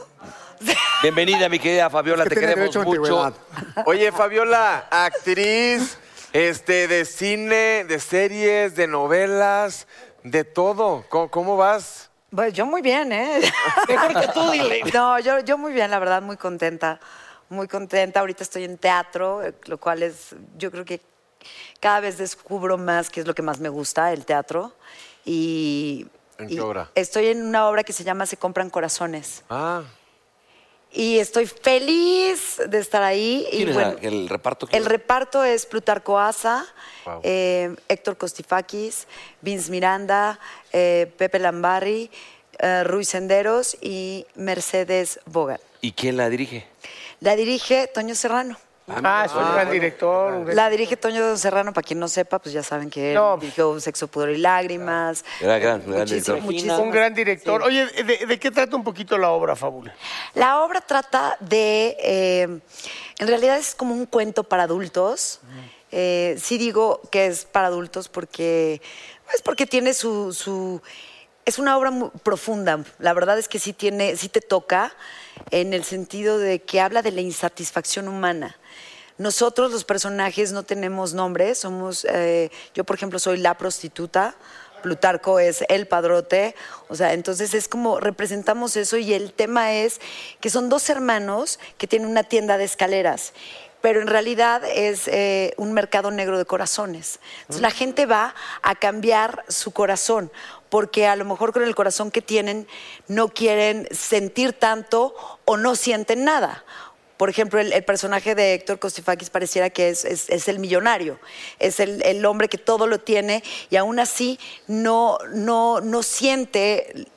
A: Bienvenida, mi querida Fabiola, te
E: tiene
A: queremos
E: derecho a
A: mucho.
E: antigüedad.
C: Oye, Fabiola, actriz, Este, de cine, de series, de novelas, de todo. ¿Cómo, cómo vas?
F: Pues yo muy
C: [LAUGHS]
F: bien, ¿eh?
C: Mejor que tú, dile.
F: No, yo, yo muy bien, la verdad, muy contenta. Muy contenta. Ahorita estoy en teatro, eh, lo cual es, yo creo que cada vez descubro más qué es lo que más me gusta, el teatro. Y,
C: ¿En
F: y
C: qué obra?
F: Estoy en una obra que se llama Se compran corazones.
C: Ah,
F: Y estoy feliz de estar ahí. y
A: ¿Quién es
F: bueno,
A: la- el reparto?
F: El reparto es Plutarco Asa,
A: Wow.
F: eh, Héctor Costifakis, Vince Miranda, eh, Pepe Lambarri, eh, Ruiz Senderos y Mercedes Bogan.
A: ¿Y quién la dirige?
F: La dirige Toño Serrano.
B: Ah, es un gran director. un gran-
F: La dirige Toño Serrano, para quien no sepa, pues ya saben que él
B: No.
F: dirigió Sexo, Pudor y Lágrimas.
A: Era gran, gran
F: Eh, Muchísimo,
A: director.
F: muchísimo.
B: Un gran director. Oye, ¿de, de qué trata un poquito la obra, Fábula?
F: La obra trata de, eh, en realidad es como un cuento para adultos. Eh, sí digo que es para adultos porque, pues porque tiene su, su- es una obra mu- profunda. La verdad es que sí tiene, sí te toca en el sentido de que habla de la insatisfacción humana. Nosotros los personajes no tenemos nombres, somos, eh, yo por ejemplo soy la prostituta, Plutarco es el padrote, o sea, entonces es como representamos eso y el tema es que son dos hermanos que tienen una tienda de escaleras, pero en realidad es eh, un mercado negro de corazones. Entonces la gente va a cambiar su corazón, porque a lo mejor con el corazón que tienen no quieren sentir tanto o no sienten nada. Por ejemplo, el, el personaje de Héctor Costifakis pareciera que es, es- es el millonario, es el, el hombre que todo lo tiene y aún así no, no, no siente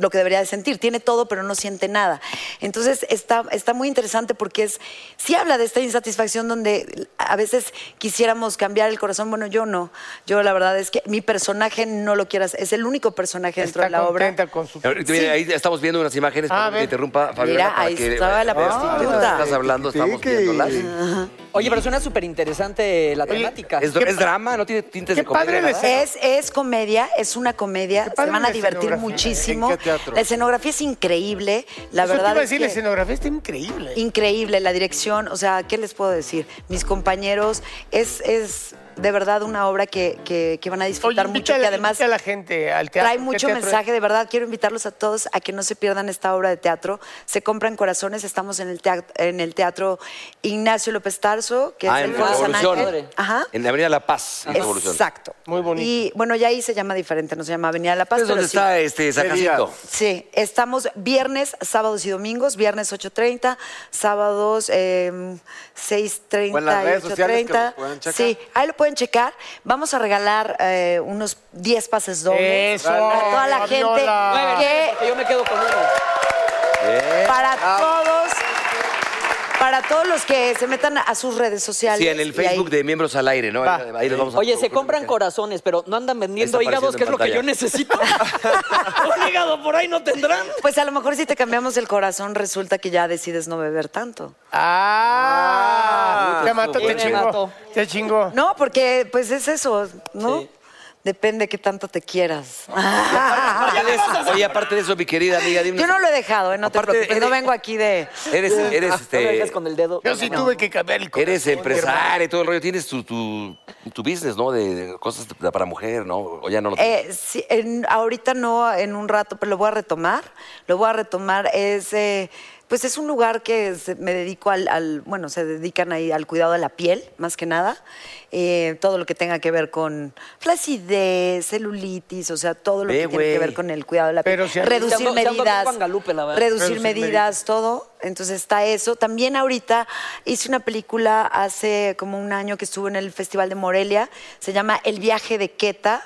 F: lo que debería de sentir. Tiene todo, pero no siente nada. Entonces está, está muy interesante porque es, sí habla de esta insatisfacción donde a veces quisiéramos cambiar el corazón. Bueno, yo no. Yo la verdad es que mi personaje no lo quieras. Es el único personaje dentro
B: Está
F: de la obra.
B: contenta con su...
A: Ahorita, mira,
F: Sí.
A: ahí estamos viendo unas imágenes,
B: Ah, a
A: para que
B: ver.
A: te interrumpa, Fabiola.
F: Mira,
A: para
F: ahí
A: que
F: estaba la
A: veas de qué
F: prostituta.
A: Estás hablando, estamos
E: Tiki-tiki.
A: viéndolas.
D: Oye, pero suena súper interesante la temática.
A: Es, es drama, no tiene tintes
B: qué
A: de comedia.
B: padre
A: ¿verdad?
B: les-
F: Es, es comedia, es una comedia.
B: Qué padre
F: Se van a
B: la
F: divertir
B: escenografía.
F: muchísimo.
C: ¿En qué teatro?
F: La escenografía es increíble. La
B: Eso te
F: verdad
B: iba a
F: es
B: decir, la
F: que-
B: escenografía está increíble.
F: increíble la dirección, o sea, ¿qué les puedo decir? Mis compañeros, es, es de verdad una obra que, que- que van a disfrutar mucho,
B: invítala-
F: que además
B: invita a la gente al teatro.
F: trae
B: ¿Qué
F: mucho
B: teatro es?
F: mensaje, de verdad, quiero invitarlos a todos a que no se pierdan esta obra de teatro. Se compran corazones, estamos en el teatro, en el teatro Ignacio López Tarso, que
A: Ah,
F: es
A: en
F: el
A: la
F: Foro San
A: Revolución. Ah.
F: Ángel. Ajá.
A: En la Avenida La Paz, en la Revolución.
F: Exacto.
B: Muy bonito.
F: Y bueno, ya ahí se llama diferente, no se llama Avenida La Paz.
A: ¿Es donde
F: pero sí.
A: está este Sacancito?
F: Sí, estamos viernes, sábados y domingos, viernes 8.30, sábados eh, 6.30
C: O en las
F: y
C: redes sociales que
F: 8.30.
C: lo puedan checar.
F: Sí, ahí lo pueden checar. Vamos a regalar eh, unos 10 pases dobles
B: Eso,
F: a toda la gente
B: Fabiola.
F: que
D: Porque yo me quedo con uno.
F: para
D: Ah.
F: todos... Para todos los que se metan a sus redes sociales.
A: Sí, en el
F: y ahí-
A: Facebook de Miembros al Aire, ¿no? Ahí, ahí los vamos a
D: Oye, se compran corazones, pero no andan vendiendo
A: Está apareciendo
D: hígados, que
A: en
D: es lo que
A: pantalla.
D: yo necesito.
A: [LAUGHS]
D: Un hígado por ahí no tendrán.
F: Pues a lo mejor si te cambiamos el corazón, resulta que ya decides no beber tanto.
B: Ah,
D: Ah,
B: te mató, te
D: bien, me
B: chingó.
D: mató.
B: Te chingó.
F: No, porque pues es eso, ¿no? Depende qué tanto te quieras.
A: Ya de
F: [LAUGHS]
A: eso- Oye, aparte de eso, mi querida amiga, dime.
F: Yo no lo he dejado, ¿eh? no
A: Aparte,
F: te preocupes.
A: eres-
F: No vengo aquí de.
A: Eres, eres,
D: Ah, no me
A: este,
D: dejes con el dedo.
B: Yo sí
D: No.
B: tuve que cambiar el corazón,
A: eres
B: hermano.
A: empresaria y todo el rollo. Tienes tu, tu, tu business, ¿no? De, de cosas de- para mujer, ¿no? O ya no lo tienes.
F: Eh, sí, en- ahorita no, en un rato, pero lo voy a retomar. Lo voy a retomar. Es, eh, pues es un lugar que se- me dedico al, al- bueno, se dedican ahí al cuidado de la piel, más que nada. Eh, todo lo que tenga que ver con flacidez, celulitis, o sea, todo lo
A: Ve,
F: que tiene que
A: güey.
F: ver con el cuidado de la
B: Pero
F: piel.
B: si a mí-
F: reducir
D: Se ando- se ando
F: medidas.
D: bien Guangalupe, la verdad.
F: reducir
B: Reducir
F: medidas,
B: medidas.
F: todo. Entonces está eso. También ahorita hice una película hace como un año que estuve en el Festival de Morelia. Se llama El viaje de Queta.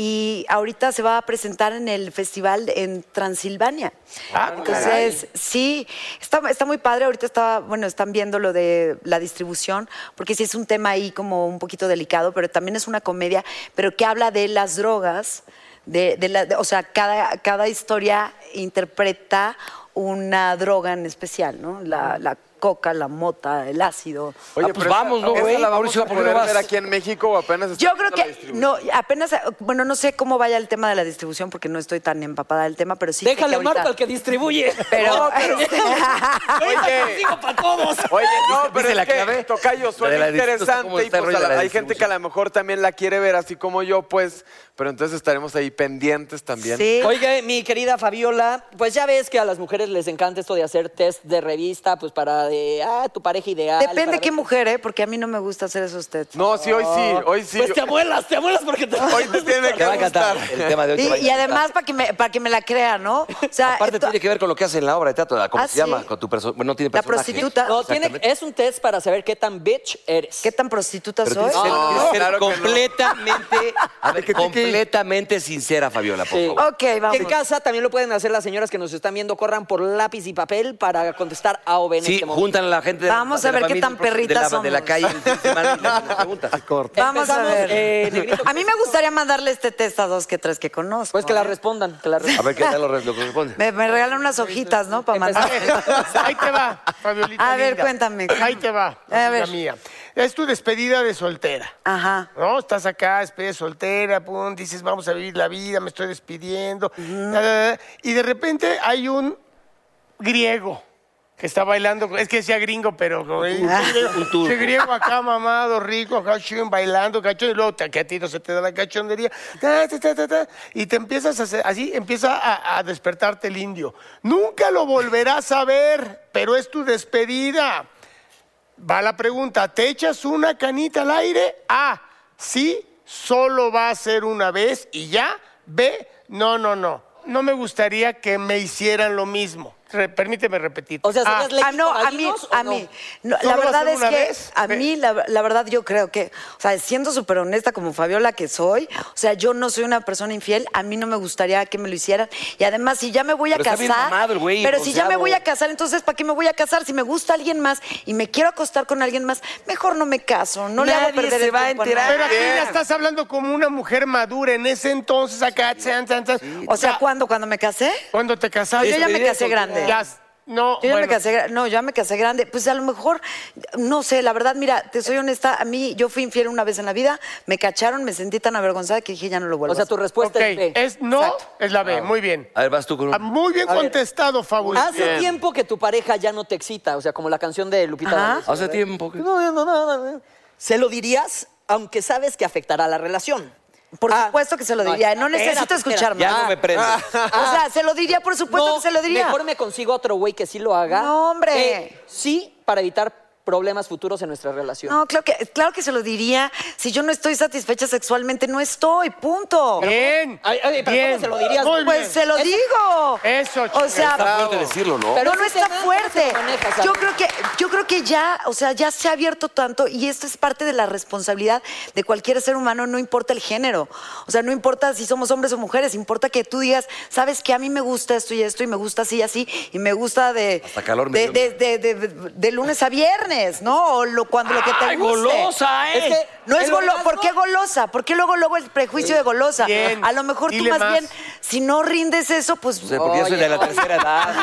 F: Y ahorita se va a presentar en el festival en Transilvania.
B: Ah,
F: Entonces, sí, está, está muy padre. Ahorita está, bueno, están viendo lo de la distribución, porque sí es un tema ahí como un poquito delicado, pero también es una comedia, pero que habla de las drogas, de, de la- de- o sea, cada, cada historia interpreta una droga en especial, ¿no? La, la coca, la mota, el ácido.
A: Ah,
C: Oye,
A: pues
C: pero esa- esa la vamos a poder ver aquí en México o apenas está
F: Yo creo
C: haciendo la
F: que
C: distribución?
F: no, apenas, bueno, no sé cómo vaya el tema de la distribución porque no estoy tan empapada del tema, pero sí. sé
D: Déjale
F: que
D: a
F: ahorita-
D: Marta al que distribuye.
F: Pero,
C: No, pero- Oye.
D: para todos.
C: Oye, no,
A: ¿Viste-
C: pero
A: viste
C: es
A: la
C: que,
A: clave?
C: [LAUGHS] Tocayo,
A: La de
C: suena
A: la dis-
C: interesante
A: ¿cómo
C: y
A: está el
C: pues
A: rollo
C: a la-
A: de la
C: hay gente que a lo mejor también la quiere ver así como yo, pues, pero entonces estaremos ahí pendientes también.
F: Sí.
D: Oiga, eh, mi querida Fabiola, pues ya ves que a las mujeres les encanta esto de hacer test de revista, pues para de, ah, tu pareja ideal. para
F: Depende
D: ver-
F: qué mujer, ¿eh? Porque a mí no me gusta hacer esos tests.
C: No, sí, hoy sí, hoy sí.
D: Pues te abuelas, te abuelas porque te...
C: Hoy
D: [LAUGHS]
C: te tiene
A: Te
C: que
A: va a encantar.
C: gustar.
A: El tema de hoy.
F: Y,
A: te va a
F: y
A: encantar.
F: además para que me para que me la crea, ¿no? O sea,
A: Aparte
F: to-
A: tiene que ver con lo que hace en la obra de teatro, la- ¿cómo
F: Ah,
A: se llama?
F: sí.
A: Con tu persona. No tiene
F: La
A: personaje.
F: prostituta.
D: No, tiene,
A: Exactamente.
D: es un test para saber qué tan bitch eres.
F: ¿qué tan prostituta
A: Pero
F: soy?
A: tienes que ser-
C: No,
A: tienes que ser
C: claro que no.
A: completamente, a ver, completamente sincera, Fabiola, por
D: Sí.
A: favor.
F: Ok, vamos.
D: En casa también lo pueden hacer las señoras que nos están viendo. Corran por lápiz y papel para contestar A o B en
A: Sí,
D: este momento.
A: juntan a la gente de
F: Vamos
A: de
F: a
A: la
F: ver qué
A: familia,
F: tan perritas
A: de la, de la
F: somos.
A: calle el fin de semana y le hacen las preguntas.
F: Vamos a
D: Empezamos,
F: ver.
D: eh, Negrito.
F: a mí me gustaría mandarle este test a dos que tres que conozco.
D: Pues que la
F: ¿eh?
D: respondan, que la
A: A
D: respondan.
A: ver qué tal lo, res- lo corresponde.
F: me, me regalan unas hojitas, ¿no? Para mandar. [LAUGHS]
B: [LAUGHS] Ahí te va, Fabiolita.
F: A ver,
B: linda.
F: cuéntame.
B: Ahí te va,
F: A
B: a
F: ver.
B: mía. Es tu despedida de soltera.
F: Ajá.
B: ¿No? Estás acá, despedida de soltera, pum, dices, vamos a vivir la vida, me estoy despidiendo. da, da, da, Y de repente hay un griego que está bailando, es que decía gringo, pero güey,
A: Un turco.
B: ese griego acá mamado, rico, acá chun, bailando, cachón, y luego te- que a ti no se te da la cachondería, ta, ta, ta, ta, ta, y te empiezas a hacer, así empieza a, a despertarte el indio. Nunca lo volverás a ver, pero es tu despedida. Va la pregunta, ¿te echas una canita al aire? A, sí, solo va a ser una vez y ya. B, no, no, no. No me gustaría que me hicieran lo mismo. Re- permíteme repetir.
D: O sea,
B: A,
D: ¿serías
F: Ah, no, a mí,
D: ¿Gallinos o
F: a
D: no?
F: mí. No,
B: ¿Solo
F: la
B: va a
F: verdad
B: ser
F: es
B: una
F: que
B: vez?
F: a
B: Ve.
F: mí, la, la verdad, yo creo que, o sea, siendo súper honesta como Fabiola que soy, o sea, yo no soy una persona infiel, a mí no me gustaría que me lo hicieran. Y además, si ya me voy a
A: Pero está
F: casar.
A: bien mamado el güey,
F: pero si ya me
A: bronceado.
F: voy a casar, entonces, ¿para qué me voy a casar? Si me gusta alguien más y me quiero acostar con alguien más, mejor no me caso, no le hago
A: Nadie
F: perder
A: se
F: el
A: va a
F: tiempo
A: enterar.
F: nadie.
B: Pero aquí
A: Bien.
B: ya estás hablando como una mujer madura en ese entonces acá. chan, chan, chan.
F: O sea, ¿cuándo? ¿Cuando me casé?
B: cuando te casaste.
F: Yo ya me casé grande.
B: Ya, no,
F: Yo ya me
B: bueno.
F: casé, gra- no, ya me casé grande. Pues a lo mejor, no sé, la verdad, mira, te soy honesta, a mí yo fui infiel una vez en la vida, me cacharon, me sentí tan avergonzada que dije, ya no lo vuelvo
D: O sea,
F: a
D: tu
F: hacer.
D: respuesta
B: Ok,
D: es B.
B: es no,
D: Exacto.
B: es la B. Muy bien.
A: A ver, vas tú con un...
B: Ah, Muy bien
D: A ver.
B: contestado, Fabulita.
D: Hace tiempo que tu pareja ya no te excita, o sea, como la canción de Lupita.
F: Ajá.
D: D'Alessio,
A: Hace
D: ¿verdad?
A: tiempo que-
D: No, no, no, no, no. Se lo dirías, aunque sabes que afectará a la relación.
F: Por
D: Ah.
F: supuesto que se lo diría, no
D: espérate,
F: necesito
D: espérate.
F: escucharme.
A: Ya no me prendo.
F: O sea, se lo diría, por supuesto
D: No,
F: que se lo diría.
D: Mejor me consigo otro güey que sí lo haga.
F: No, hombre.
D: que sí, para evitar problemas futuros en nuestra relación.
F: No, claro que, claro que se lo diría. Si yo no estoy satisfecha sexualmente, no estoy, punto.
B: Bien.
D: Ay, ay, pero
B: bien.
D: ¿cómo se lo dirías?
B: Muy
F: pues
B: bien.
F: se lo digo.
B: Eso,
F: O
B: chingada.
F: sea,
A: Está fuerte decirlo, ¿no?
D: Pero
F: no, no
D: ese
F: está
D: tema,
F: fuerte.
D: ¿cómo se maneja, Sabrina?
F: Yo creo que, yo creo que ya, o sea, ya se ha abierto tanto y esto es parte de la responsabilidad de cualquier ser humano, no importa el género. O sea, no importa si somos hombres o mujeres, importa que tú digas, sabes que a mí me gusta esto y esto y me gusta así y así y me gusta de
A: Hasta calor me
F: de,
A: dio.
F: de, de- de- de lunes a viernes, ¿no? O lo, cuando lo que te
A: ¡Ay,
F: guste.
A: golosa, eh!
F: Es que no
D: ¿El
F: es golosa.
D: orgasmo?
F: ¿Por qué golosa? ¿Por qué luego luego el prejuicio de golosa?
B: Bien.
F: A lo mejor tú
B: Dile
F: más,
B: más.
F: bien, si no rindes eso, pues
A: O sea, porque yo soy de la tercera edad.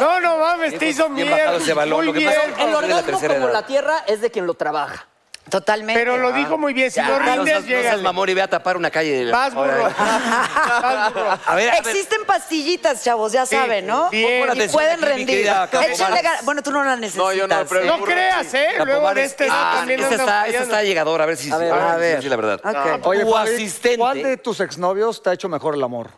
B: No, no mames, te hizo
A: pues, Bien
B: mierda.
A: bajado ese balón,
B: Muy
A: lo que
B: bien.
A: pasa-
D: El
A: la
D: orgasmo
A: tercera
D: como
A: edad.
D: la tierra es de quien lo trabaja.
F: totalmente.
B: Pero lo dijo muy bien. Si
A: Ya,
B: no
A: no seas-
B: rindes,
A: no seas
B: llegas.
A: mamón y ve a tapar una calle. de la-
B: Vas, burro. Vas, burro.
A: A ver, a ver.
F: Existen pastillitas, chavos, ya saben, ¿no?
B: bien. Pon
F: Y
A: atención
F: pueden
A: aquí, mi
F: rendir.
A: querida Campomanes.
F: Échenle ganas. Bueno, tú no la necesitas.
C: No, yo no, pero-
F: ¿eh?
B: No creas, ¿eh? Luego de
A: Campomanes.
B: este
A: Ah,
B: también
A: esta
B: andas
A: está, esta
B: fallando.
A: está llegadora, a ver si... A ver, a ver. la verdad.
F: Ok.
A: Oye, tu
E: Fabi,
A: asistente...
E: ¿Cuál de tus exnovios te ha hecho mejor el amor?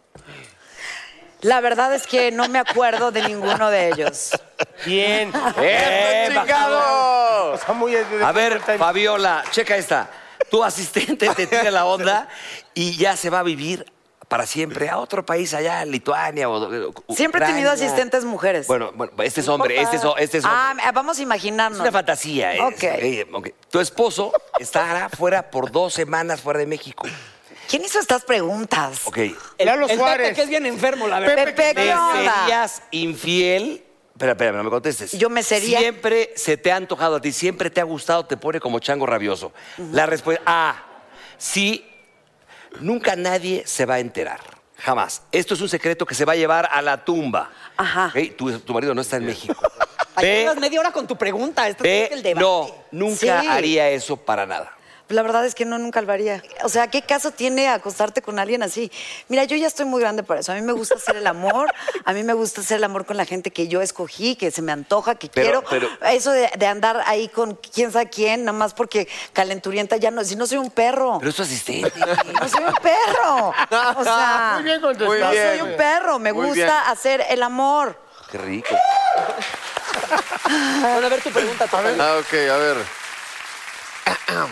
F: La verdad es que no me acuerdo de ninguno de ellos.
A: [LAUGHS]
B: Bien.
A: ¡Eh,
C: ¡Chingado!
B: Está muy-
A: A ver, Fabiola, checa esta. Tu asistente te tira la onda y ya se va a vivir para siempre a otro país allá, Lituania o o-
F: Siempre he tenido
A: Ucrania.
F: asistentes mujeres.
A: Bueno, bueno, este es hombre, este es, ho- este es hombre.
F: Ah, vamos a imaginarnos.
A: es una fantasía. es, ok,
F: Ok.
A: ok. Tu esposo estará fuera por dos semanas fuera de México.
F: ¿Quién hizo estas preguntas?
A: Ok.
D: El,
B: Lalo
D: el Pepe,
B: Suárez.
D: que es bien enfermo, la verdad.
F: Pepe,
A: ¿Te
F: ¿qué onda?
A: serías infiel? Espera, espera, no me contestes.
F: Yo me sería-
A: Siempre se te ha antojado a ti, siempre te ha gustado, te pone como chango rabioso. La respuesta... A. Sí. Nunca nadie se va a enterar. Jamás. Esto es un secreto que se va a llevar a la tumba.
F: Ajá.
A: [LAUGHS] Ok, Tu, tu marido no está en México.
D: Ahí
A: Ve.
D: llevas media hora con tu pregunta. Esto
A: Ve,
D: es el debate.
A: no, nunca
F: Sí.
A: haría eso para nada.
F: La verdad es que no, nunca lo haría. O sea, ¿qué caso tiene acostarte con alguien así? Mira, yo ya estoy muy grande para eso. A mí me gusta hacer el amor, a mí me gusta hacer el amor con la gente que yo escogí, que se me antoja, que
A: Pero-
F: quiero.
A: pero-
F: Eso de, de andar ahí con quién sabe quién, nada más porque calenturienta ya no. Si no soy un perro,
A: Pero es tu asistente.
F: no soy un perro. O sea,
B: Muy bien
C: Muy
F: no
B: contestado.
C: bien.
F: soy un perro, me
C: Muy
F: gusta
C: bien.
F: hacer el amor.
A: [LAUGHS] Qué rico.
D: Bueno, a ver tu pregunta, Tocayo.
C: Ah, ok, a ver. [CLEARS THROAT]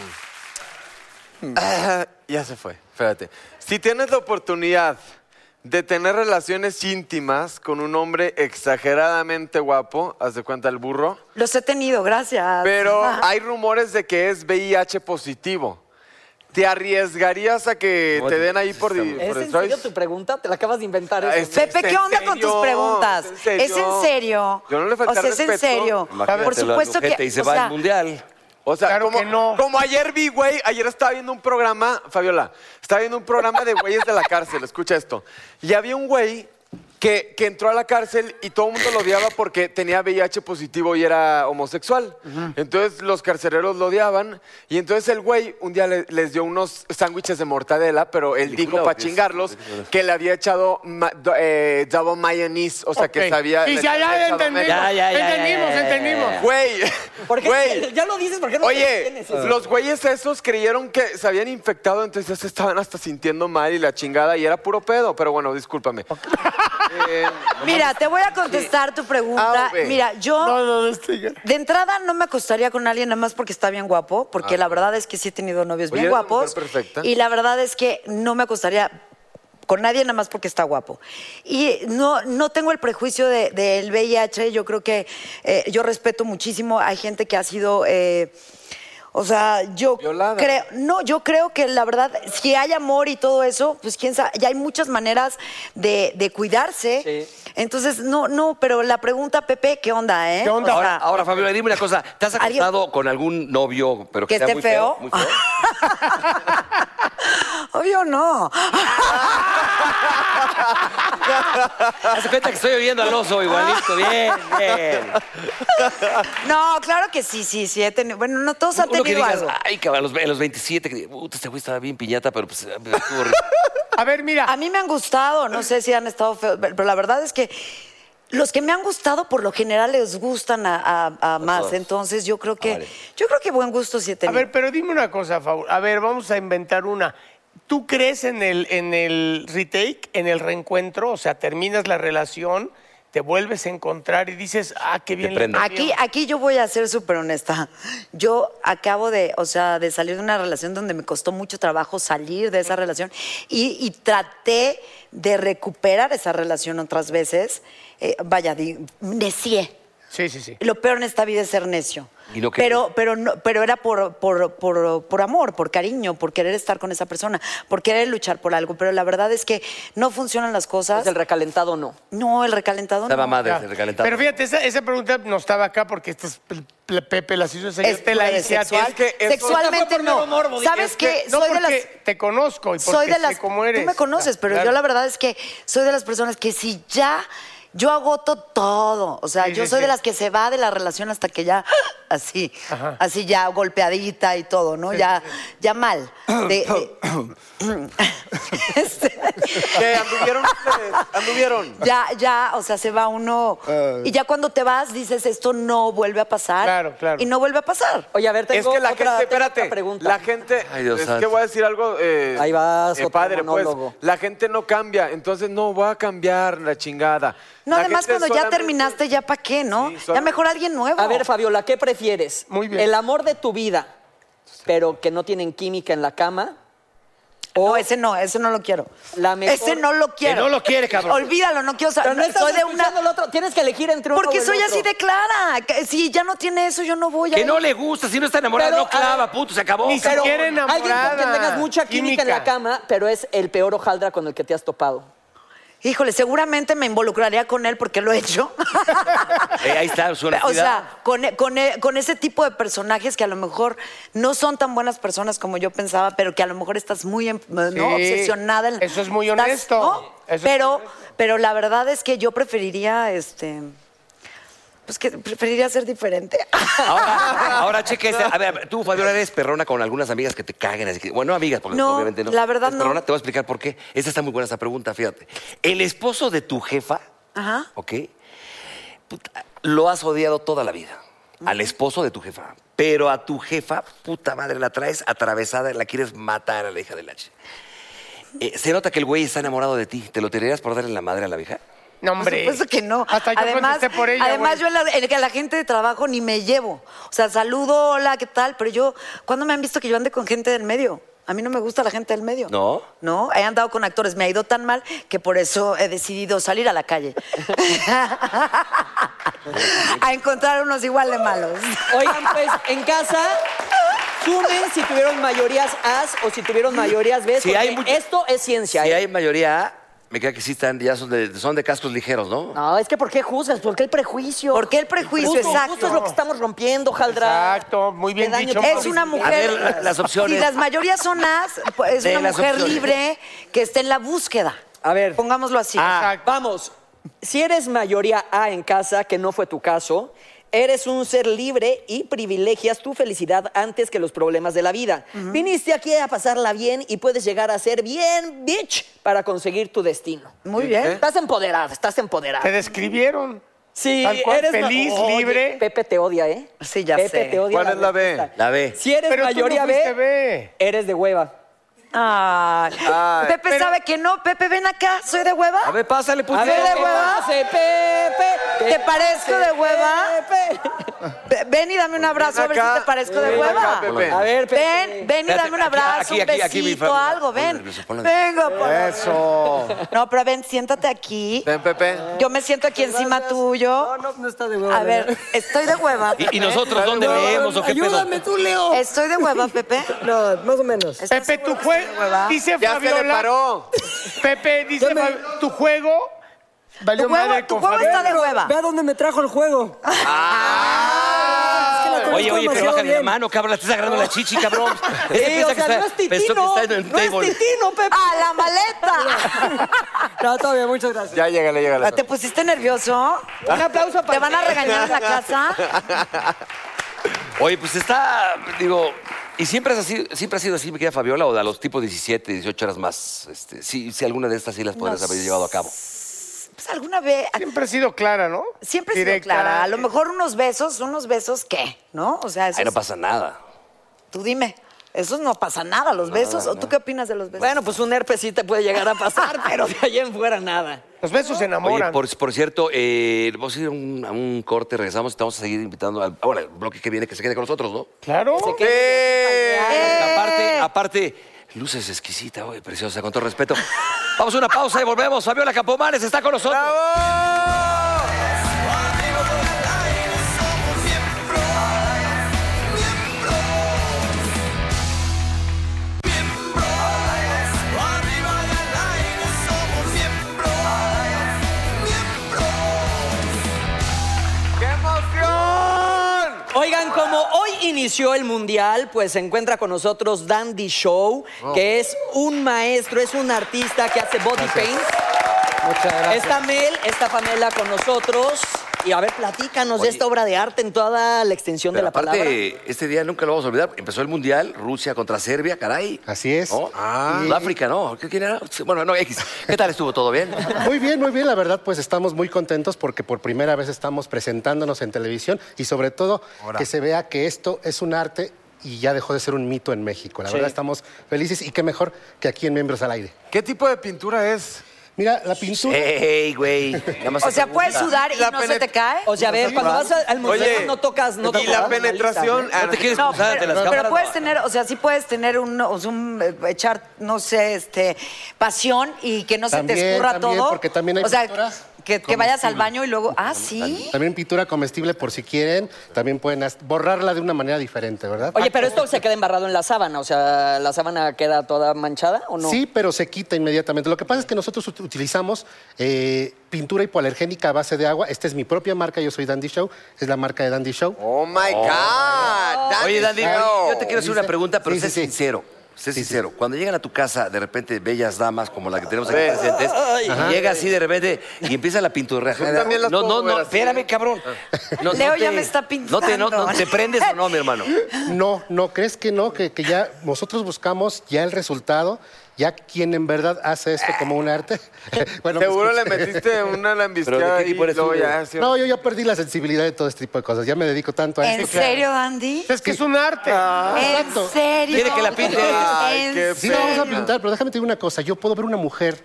C: Ah, ya se fue, espérate. Si tienes la oportunidad de tener relaciones íntimas con un hombre exageradamente guapo, haz de cuenta el burro,
F: Los he tenido, gracias.
C: pero
F: Ah.
C: hay rumores de que es VIH positivo. ¿Te arriesgarías a que te den ahí por, di-
D: ¿Es
C: por
D: en serio
C: destroys?
D: tu pregunta? Te la acabas de inventar.
C: Ah,
D: eso.
C: es-
F: Pepe,
C: ¿Es
F: ¿qué
C: en
F: onda con
C: serio?
F: tus preguntas?
C: ¿Es en
F: ¿Es en serio?
C: Yo no le falté
F: O sea, es en
C: respeto.
F: serio.
A: Imagínatelo
F: Por
A: al
F: supuesto que.
A: ojete Y se
F: o
A: va
F: sea,
A: al mundial.
C: O sea,
B: Claro
C: como,
B: que no.
C: como ayer vi, güey, ayer estaba viendo un programa, Fabiola, estaba viendo un programa de güeyes de la cárcel, escucha esto. Y había un güey que, que entró a la cárcel y todo el mundo lo odiaba porque tenía VIH positivo y era homosexual. Entonces los carceleros lo odiaban y entonces el güey un día le- les dio unos sándwiches de mortadela, pero él dijo
A: Película,
C: para
A: ¿o qué es?
C: chingarlos que le había echado ma- do- eh, double mayonnaise, o sea
B: Ok.
C: que sabía...
B: Sí,
C: le
B: ya,
C: había
B: ya
C: echado
B: entendimos.
C: menos.
D: Ya, ya, ya, ya,
B: entendimos,
D: ya, ya, ya,
B: entendimos.
C: Güey,
D: ¿Por qué?
C: güey.
D: [LAUGHS] Ya lo dices, ¿por qué no te
C: Oye,
D: detienes eso?
C: los güeyes esos creyeron que se habían infectado, entonces ya se estaban hasta sintiendo mal y la chingada, y era puro pedo, pero bueno, discúlpame.
D: [LAUGHS]
C: Eh,
F: Mira, te voy a contestar tu
C: Ah,
F: pregunta.
C: güey.
F: Mira, yo.
B: No, no, no, este ya.
F: De entrada no me acostaría con alguien nada más porque está bien guapo, porque la verdad es que sí he tenido novios
C: Ah. Oye, eres
F: bien
C: una
F: guapos.
C: mujer perfecta.
F: Y la verdad es que no me acostaría con nadie nada más porque está guapo. Y no, no tengo el prejuicio de- del VIH, yo creo que eh, yo respeto muchísimo, hay gente que ha sido... eh, o sea, yo
C: Violada.
F: creo, no, yo creo que la verdad, si hay amor y todo eso, pues quién sabe, ya hay muchas maneras de, de cuidarse. Entonces, no, no, pero la pregunta, Pepe, ¿qué onda, eh?
B: ¿Qué onda?
A: Ahora, ahora, Fabiola, dime una cosa. ¿Te has
F: ¿Alguien-
A: acostado con algún novio, pero que,
F: ¿Que
A: sea
F: esté
A: muy
F: feo?
A: Muy
F: [LAUGHS]
A: feo?
F: Obvio no.
A: Haz de cuenta que estoy oyendo al oso igualito. Bien,
F: [LAUGHS]
A: bien.
F: No, claro que sí, sí, sí. he tenido- Bueno, no todos han
A: Uno que
F: tenido
A: digas,
F: algo.
A: ay, cabrón, a los, ve- a los 27, que diga, puta, este güey estaba bien piñata, pero pues estuvo horrible".
B: A ver, mira.
F: A mí me han gustado, no sé si han estado feos, pero pero la verdad es que los que me han gustado por lo general les gustan a, a- a más.
A: todos. Ah,
F: Entonces yo creo que,
A: vale.
F: yo creo que buen gusto sí he
B: A
F: tenido.
B: ver, pero dime una cosa, favor. A ver, vamos a inventar una. ¿Tú crees en el, en el retake, en el reencuentro? O sea, terminas la relación, te vuelves a encontrar y dices, ah, qué bien. le
A: prendo.
B: fue.
F: Aquí, aquí yo voy a ser súper honesta. Yo acabo de, o sea, de salir de una relación donde me costó mucho trabajo salir de esa relación y, y traté de recuperar esa relación otras veces. Eh, vaya, di- necié.
B: Sí, sí, sí.
F: Lo peor en esta vida es ser necio.
A: Y no querer.
F: pero, pero, no- pero era por, por, por, por amor, por cariño, por querer estar con esa persona, por querer luchar por algo. Pero la verdad es que no funcionan las cosas.
D: Pues el recalentado no.
F: no, el recalentado
A: Estaba
F: no.
A: madre,
B: Ya.
A: se recalentaba.
B: Pero fíjate, esa, esa pregunta no estaba acá porque esta es- la Pepe las hizo enseñar.
F: Es pura de sexual.
C: es que eso-
F: Sexualmente
B: Esta fue por
F: no.
B: mero morbo, dije,
F: ¿Sabes
B: es
F: qué?
B: que- No,
F: soy de las
B: porque te conozco y porque
F: soy de
B: sé
F: las
B: cómo eres.
F: Tú me conoces,
B: Ya,
F: pero
B: claro.
F: yo la verdad es que soy de las personas que si ya yo agoto todo, o sea,
B: Sí,
F: yo
B: sí,
F: soy de
B: sí.
F: las que se va de la relación hasta que ya así, así ya golpeadita y todo, ¿no? ya ya mal. De-
B: [COUGHS]
F: de- Este-
C: ¿qué, ¿Anduvieron ustedes? ¿Anduvieron?
F: ya, ya, o sea, se va uno. Y ya cuando te vas, dices, esto no vuelve a pasar.
B: Claro, claro.
F: Y no vuelve a pasar.
D: Oye, a ver, tengo
C: Es que la
D: otra,
C: gente,
D: tengo otra
C: espérate,
D: pregunta.
C: la gente,
A: Ay, Dios
C: es
A: santo.
C: que voy a decir algo, eh,
D: Ahí vas,
C: eh,
D: otro
C: padre, pues,
D: monólogo.
C: la gente no cambia, entonces no voy a cambiar la chingada.
F: No,
C: La
F: además
C: gente
F: cuando ya
C: solamente-
F: terminaste, ya para qué, ¿no?
C: Sí,
F: ya
C: solamente-
F: mejor alguien nuevo.
D: A ver, Fabiola, ¿qué prefieres?
B: Muy bien.
D: ¿El amor de tu vida, pero que no tienen química en la cama?
F: O ese no, ese no lo quiero.
D: La mejor-
F: Ese no lo quiero.
B: Que no lo quiere, cabrón.
F: Olvídalo, no quiero
D: Pero
F: saber.
D: no estás escuchando el otro. Tienes que elegir entre uno
F: Porque
D: o el
F: soy
D: otro.
F: así de clara. Que Si ya no tiene eso, yo no voy a.
A: que
F: ir.
A: no le gusta, si no está enamorada,
D: Pero,
A: no clava,
D: a ver,
A: punto, se acabó.
B: ni
A: cabrón.
B: siquiera
D: Alguien con quien
B: enamorada.
D: tengas mucha química, en la cama, pero es el peor hojaldra con el que te has topado.
F: Híjole, seguramente me involucraría con él porque lo he hecho.
A: Eh, ahí está su honestidad.
F: [LAUGHS] O sea, con, con- con ese tipo de personajes que a lo mejor no son tan buenas personas como yo pensaba, pero que a lo mejor estás muy em- ¿no?
B: Sí,
F: obsesionada. en-
B: eso es muy
F: estás-
B: honesto.
F: ¿no?
B: Eso es muy
F: pero,
B: honesto.
F: pero la verdad es que yo preferiría este. Pues que preferiría ser diferente.
A: Ahora,
F: [LAUGHS]
A: ahora cheque este. A ver, a ver, tú, Fabiola, eres perrona con algunas amigas que te caguen. así que- bueno, no amigas, porque
F: No,
A: obviamente no.
F: la verdad
A: Es
F: no.
A: Perrona, te voy a explicar por qué. Esta está muy buena esa pregunta, fíjate. El esposo de tu jefa,
F: Ajá.
A: ¿ok? Puta, lo has odiado toda la vida. Al esposo de tu jefa. Pero a tu jefa, puta madre, la traes atravesada, la quieres matar a la hija del H. Eh, se nota que el güey está enamorado de ti. ¿Te lo tirarías por darle la madre a la vieja?
B: No,
F: Por
B: hombre.
F: supuesto que no.
B: Hasta yo
F: además,
B: contesté por ella.
F: además
B: güey.
F: yo a la, el- a la gente de trabajo ni me llevo. O sea, saludo, hola, ¿qué tal? Pero yo, ¿cuándo me han visto que yo ande con gente del medio? A mí no me gusta la gente del medio.
A: ¿No?
F: No, he andado con actores. Me ha ido tan mal que por eso he decidido salir a la calle. a encontrar unos igual de malos.
D: Oigan, pues en casa, sumen si tuvieron mayorías As o si tuvieron mayorías Bs.
A: Si
D: porque
A: hay mucho-
D: Esto es
A: Si
D: ciencia. ¿eh?
A: hay mayoría A, me queda que sí están, ya son de, son de cascos ligeros, ¿no?
D: No, es que ¿por qué juzgas? ¿Por qué el prejuicio?
F: ¿Por qué el prejuicio?
D: Justo,
F: Exacto.
D: Justo es lo que estamos rompiendo, Jaldra.
B: Exacto, muy bien
D: Te daño
B: dicho.
D: tu
F: Es una mujer.
A: A ver, la- las opciones.
F: Si las mayorías son as, pues, es
A: De
F: una
A: las
F: mujer
A: opciones.
F: libre que está en la búsqueda.
D: A ver.
F: Pongámoslo así.
D: Ah, vamos. Si eres mayoría A en casa, que no fue tu caso, eres un ser libre y privilegias tu felicidad antes que los problemas de la vida. Viniste aquí a pasarla bien y puedes llegar a ser bien bitch para conseguir tu destino. Eh.
F: Muy bien.
D: Estás empoderada, estás empoderada.
B: Te describieron.
D: Si
B: Tal cual,
D: eres ma-
B: feliz,
D: Oye,
B: libre.
D: Pepe te odia, ¿eh?
F: Sí, ya
D: Pepe
F: sé.
D: te odia.
C: ¿Cuál es la B?
D: respuesta.
A: La B.
D: Si eres
B: Pero tú no
D: mayoría
B: fuiste
D: B,
B: B.
D: eres de hueva.
F: Ay. Pepe sabe que no. Pepe, ven acá. ¿Soy de hueva?
A: A ver, pásale, puto.
D: A ver,
F: de
D: ¿qué
F: hueva?
D: pase, Pepe? ¿Qué
F: ¿Te parezco de
D: pase,
F: hueva?
D: Pepe?
F: Ve- Ven y dame un abrazo a ver
C: acá.
F: si te parezco de
C: Ven
F: hueva.
C: acá, Pepe.
D: A ver, Pepe.
F: Ven, ven y
A: Espérate,
F: dame un
A: aquí,
F: abrazo,
A: aquí,
F: un
A: aquí, aquí, mi
F: besito,
A: Fabiola.
F: algo, ven.
A: Ponle, ponle.
F: Vengo, por
E: Eso.
F: No, pero ven, siéntate aquí.
C: Ven, Pepe.
F: Yo me siento aquí encima tuyo.
E: no, no está de
F: A ver, estoy de hueva.
A: ¿Y, y nosotros dónde leemos o qué pedo?
E: tú, Leo.
F: Oh. Estoy de hueva, Pepe.
E: No, más o menos.
F: Estoy
B: Pepe,
F: segura
B: tu
F: que
B: juego.
F: estoy de hueva.
B: Dice
C: Ya se le
B: Fabiola.
C: paró.
B: Pepe, dice Fabiola, tu juego.
F: Tu
B: Valió
F: huevo,
B: madre
F: tu
B: con
F: huevo está de
B: Fabiola.
F: hueva.
E: Ve a dónde me trajo el
F: [LAUGHS]
E: juego.
F: Ah.
A: Oye, oye, pero
E: demasiado
A: bájale la
E: bien.
A: mano, cabrón. La estás agarrando la chichi, cabrón. Este
D: [LAUGHS] Sí,
A: piensa
D: o
A: que
D: sea,
A: está-
D: no es
A: pensó
D: titino.
A: que está en el
D: No es
A: table.
D: titino, Pepe.
F: ¡A la maleta!
E: No, todavía, muchas gracias.
C: Ya, llégale, llégale.
F: ¿Te pusiste nervioso?
D: Un aplauso para
F: ¿Te van a regañar en la casa?
A: Oye, pues está, digo... ¿Y siempre, has así, siempre ha sido así, mi querida Fabiola, o de a los tipos 17, 18 horas más? Este, sí, sí, alguna de estas sí las podrías
F: No
A: haber llevado a cabo.
F: Pues alguna vez...
B: Siempre ha sido clara, ¿no?
F: Siempre he sido
B: Directa.
F: clara. A lo mejor unos besos, unos besos, ¿qué? ¿No? O sea, eso
A: Ahí no
F: es-
A: pasa nada.
F: tú dime. Esos no pasa nada, los besos. ¿O tú qué opinas de los besos?
D: Bueno, pues un herpes sí te puede llegar a pasar,
F: [LAUGHS]
D: pero de allá en fuera nada.
B: Los besos se
A: Oye,
B: enamoran.
A: por, por cierto, eh, vamos a ir a un, a un corte, regresamos y te vamos a seguir invitando al ahora, el bloque que viene, que se quede con nosotros, ¿no? Eh,
B: Claro.
A: Aparte, aparte, luces exquisita, güey, preciosa, con todo respeto. Vamos a una pausa y volvemos. Fabiola Campomanes está con nosotros.
C: ¡Qué emoción!
D: Oigan, como hoy inició el mundial, pues se encuentra con nosotros Dandy Show,
G: Oh.
D: que es un maestro, es un artista que hace body paint.
E: Muchas gracias.
D: Está Mel, está Pamela con nosotros. Y a ver, platícanos de
A: Oye.
D: esta obra de arte en toda la extensión de
A: Pero
D: la
A: aparte,
D: palabra.
A: este día nunca lo vamos a olvidar. Empezó el Mundial, Rusia contra Serbia, caray.
G: Así es.
A: ¿No?
G: Ah.
A: Sudáfrica, ¿no? ¿Qué- ¿Quién era? Bueno, no, X. ¿Qué tal estuvo? ¿Todo
G: [LAUGHS]
A: bien?
G: Muy bien, muy bien. La verdad, pues estamos muy contentos porque por primera vez estamos presentándonos en televisión y sobre todo que se vea que esto es un arte y ya dejó de ser un mito en México. La verdad, estamos felices y qué mejor que aquí en Miembros al Aire.
C: ¿Qué tipo de pintura es?
G: Mira, la pintura...
A: ¡Ey, güey! Nada más
F: o sea,
A: se
F: puedes
A: pregunta.
F: sudar y
C: La
F: no se
C: penet-
F: te cae.
D: O sea, a ver, cuando vas a- al museo
C: Oye,
D: no tocas, no
C: ¿Y
D: tocas
C: la
D: la lista,
C: penetración?
D: ¿no?
A: ¿No te quieres
D: [LAUGHS]
F: No,
A: cruzar ante las
F: pero, pero
A: cámaras?
F: puedes tener, o sea, sí puedes tener un, o sea, un, eh, echar, no sé, este, pasión y que no se te
G: También,
F: escurra
G: también,
F: todo.
G: porque también hay
F: o sea,
G: pinturas
F: que, que vayas al baño y luego, ah, sí.
G: También pintura comestible por si quieren. También pueden hasta- borrarla de una manera diferente, ¿verdad?
D: Oye, pero esto se queda embarrado en la sábana, o sea, ¿la sábana queda toda manchada o no?
G: Sí, pero se quita inmediatamente. Lo que pasa es que nosotros ut- utilizamos eh, pintura hipoalergénica a base de agua. Esta es mi propia marca, yo soy Dandy Show, es la marca de Dandy Show.
C: ¡Oh, my God!
A: Oye, Dandy,
G: Show.
A: yo te quiero hacer una pregunta, pero
G: Sí,
A: sé
G: sí, sí.
A: sincero. Sé sincero, cuando llegan a tu casa de repente bellas damas como la que tenemos aquí presentes, y llega así de repente y empieza la pintura.
C: Yo también las
A: no, no,
C: puedo ver
A: no,
C: así. Ah.
A: espérame, cabrón. No,
F: Leo
A: no
F: ya
A: te-
F: me está pintando.
A: No te, no, no, ¿Te prendes o no, mi
F: [LAUGHS]
A: hermano?
G: No, no, ¿crees que no? Que, que ya nosotros buscamos ya el resultado, ya quien en verdad hace esto como un arte. [LAUGHS] Bueno, pues, me
C: Seguro le
G: escuché.
C: metiste una lambisqueada y luego ya... sí.
G: [LAUGHS] No, yo ya perdí la sensibilidad de todo este tipo de cosas. Ya me dedico tanto a
F: ¿En
G: esto.
F: serio, Andy?
B: Es que es un arte.
C: Ah,
F: ¿En serio?
A: Quiere que la pinte.
F: Ay, qué
G: Sí, la vamos a pintar, pero déjame te digo una cosa. Yo puedo ver una mujer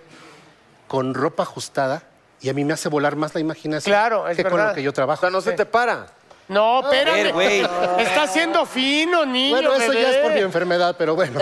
G: con ropa ajustada y a mí me hace volar más la imaginación
B: Claro, es
G: que con
B: verdad.
G: lo que yo
C: O
G: trabajo.
C: sea, no se te para.
B: No,
A: ver,
B: espérame.
F: [LAUGHS]
A: güey.
B: Está siendo fino, niño.
G: Bueno, eso ya es por mi
B: bebé.
G: enfermedad,
B: [LAUGHS]
G: pero bueno.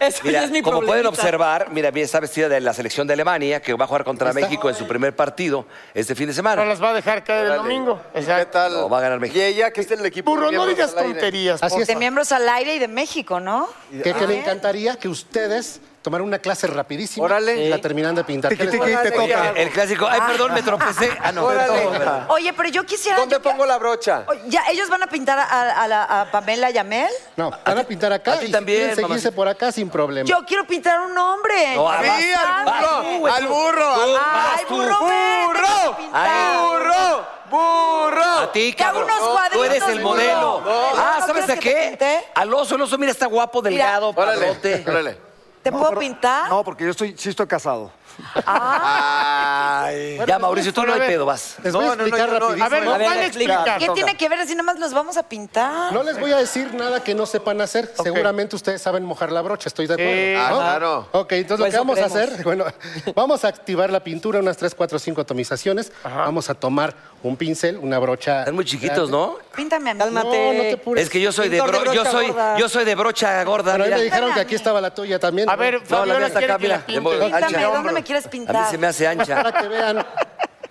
D: Eso ya
A: Mira,
D: es mi
A: como pueden
D: problemita.
A: observar, mira, bien está vestida de la selección de Alemania que va a jugar contra México en su primer partido este fin de
B: No
A: semana.
B: las va a dejar caer el
C: Órale.
B: domingo.
C: ¿Y ¿Qué
B: Exacto.
C: tal?
A: No, va a ganar México.
C: Y ella, que es el equipo...
B: Burro, no
C: miembros
B: digas
C: al aire.
B: tonterías.
G: Así es.
F: De miembros al aire y de México, ¿no?
G: Que, que me encantaría que ustedes tomaran una clase rapidísima
C: Órale.
G: y la terminan de pintar. ¿Qué les
E: Tiqui, tiqui,
G: parece?
E: te toca.
A: El clásico, ay, perdón, me tropecé. Ah, no.
C: Órale.
F: Oye, pero yo quisiera...
C: ¿Dónde
F: yo que-
C: pongo la brocha?
F: Oye, ¿Ya ellos van a pintar a, a la- a Pamela Yamel?
G: No, van a pintar acá
A: a ti
G: y si
A: también,
G: quieren seguirse
A: mamacita.
G: por acá sin problema.
F: Yo quiero pintar a un hombre.
A: No, ah,
F: Ya
C: Sí, al
F: basta.
C: burro, al burro, al burro.
F: ¡Ay,
A: Vas tú.
F: burro, burro!
C: ¡Burro! ¡Burro! ¡Burro!
A: A ti,
F: Que haga
A: cabrón.
F: unos
A: Tú eres
F: cuadritos,
A: el modelo.
F: burro. No.
A: Ah,
F: ¿No
A: ¿sabes
F: crees
A: a
F: que te
A: qué?
F: pinté?
A: Al oso, el oso, mira, está guapo, delgado,
C: Órale,
A: padrote.
C: órale.
F: ¿Te
E: No,
F: puedo
E: pero-
F: pintar?
E: No, porque yo estoy, sí estoy casado.
C: Ay.
A: Ya, Mauricio, tú no hay
B: Pero a ver,
A: pedo, vas.
G: Les voy
C: No,
G: a
C: no, no,
G: explicar
C: yo no.
G: rapidísimo.
B: A ver,
G: No,
B: nos
D: ver,
B: van a
D: explica.
B: explicar.
F: ¿Qué tiene que ver si nada más nos vamos a pintar?
G: les voy a decir nada que no sepan hacer. Seguramente ustedes saben mojar la brocha, estoy de acuerdo.
B: Sí.
C: Ah,
G: ¿no?
C: claro.
G: Ok, entonces lo
D: Pues
G: que vamos a
D: creemos.
G: hacer, bueno, vamos a activar la pintura, unas 3, 4, 5 atomizaciones. Vamos a tomar un pincel, una brocha.
A: Están muy chiquitos,
G: grande.
A: ¿no?
F: Píntame a mí.
G: No, no te apures.
A: Es que yo soy de,
D: Pintor de
A: bro- yo
D: brocha
A: soy,
D: gorda.
A: yo soy de brocha gorda.
G: Pero a mí
A: mira.
G: me dijeron que aquí estaba la tuya también.
B: A ver,
A: No, la
B: Fabiola
A: mía está
B: quiere
A: acá,
B: que la
A: mira. de
B: pinte.
A: modo
F: Píntame,
A: ancha.
F: ¿dónde me quieres pintar?
A: A mí se me hace
G: Para
A: ancha.
G: que vean.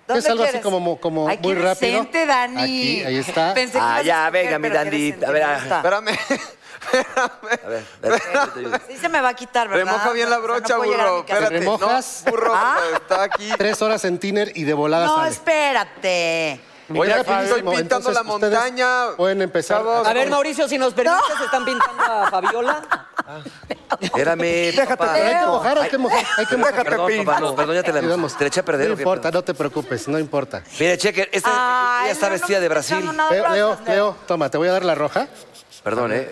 F: ¿Dónde
G: es algo así
F: quieres?
G: como, como
F: Ay, qué
G: muy rápido.
F: decente, Dani.
G: Aquí, ahí está.
F: Pensé que
A: Ah,
F: ibas a
A: ya,
F: escoger,
A: venga, mi
F: pero qué
A: Dandi.
F: decente,
A: A ver,
F: me
A: ah.
F: gusta.
C: Espérame. Espérame.
A: A ver, espérate, te ayudo.
F: Sí se me va a quitar, ¿verdad?
C: [LAUGHS] Remoja bien la
F: O sea, no
C: brocha,
F: puedo llegar a
C: burro.
F: mi casa.
C: Espérate.
G: remojas?
C: No, burro,
F: Ah.
C: está aquí.
G: Tres horas en tiner y de volada
F: No,
G: sale.
F: espérate.
C: Oye,
G: Ya
C: aquí estoy
G: rapidísimo,
C: pintando la
G: entonces, ustedes
C: montaña.
G: Pueden empezar.
C: Chavos.
D: A ver, Mauricio, si nos permites, están pintando a Fabiola.
A: Espérame,
E: Déjate,
A: papá.
G: Pero hay que mojar, hay que mojar, hay que mojar.
A: Perdón, papá, no, perdón, ya te la
G: Digamos,
A: te la eché a perder.
G: No
A: ¿o qué
G: importa,
A: pedo?
G: no te preocupes, no importa.
A: Mira, cheque, esta
F: Ay,
A: ella está
F: no, no
A: vestida de
F: me estás
A: Brasil.
F: dando nada
G: Leo, Leo,
F: rosas,
G: Leo, toma, te voy a dar la roja.
A: Perdón, ¿eh?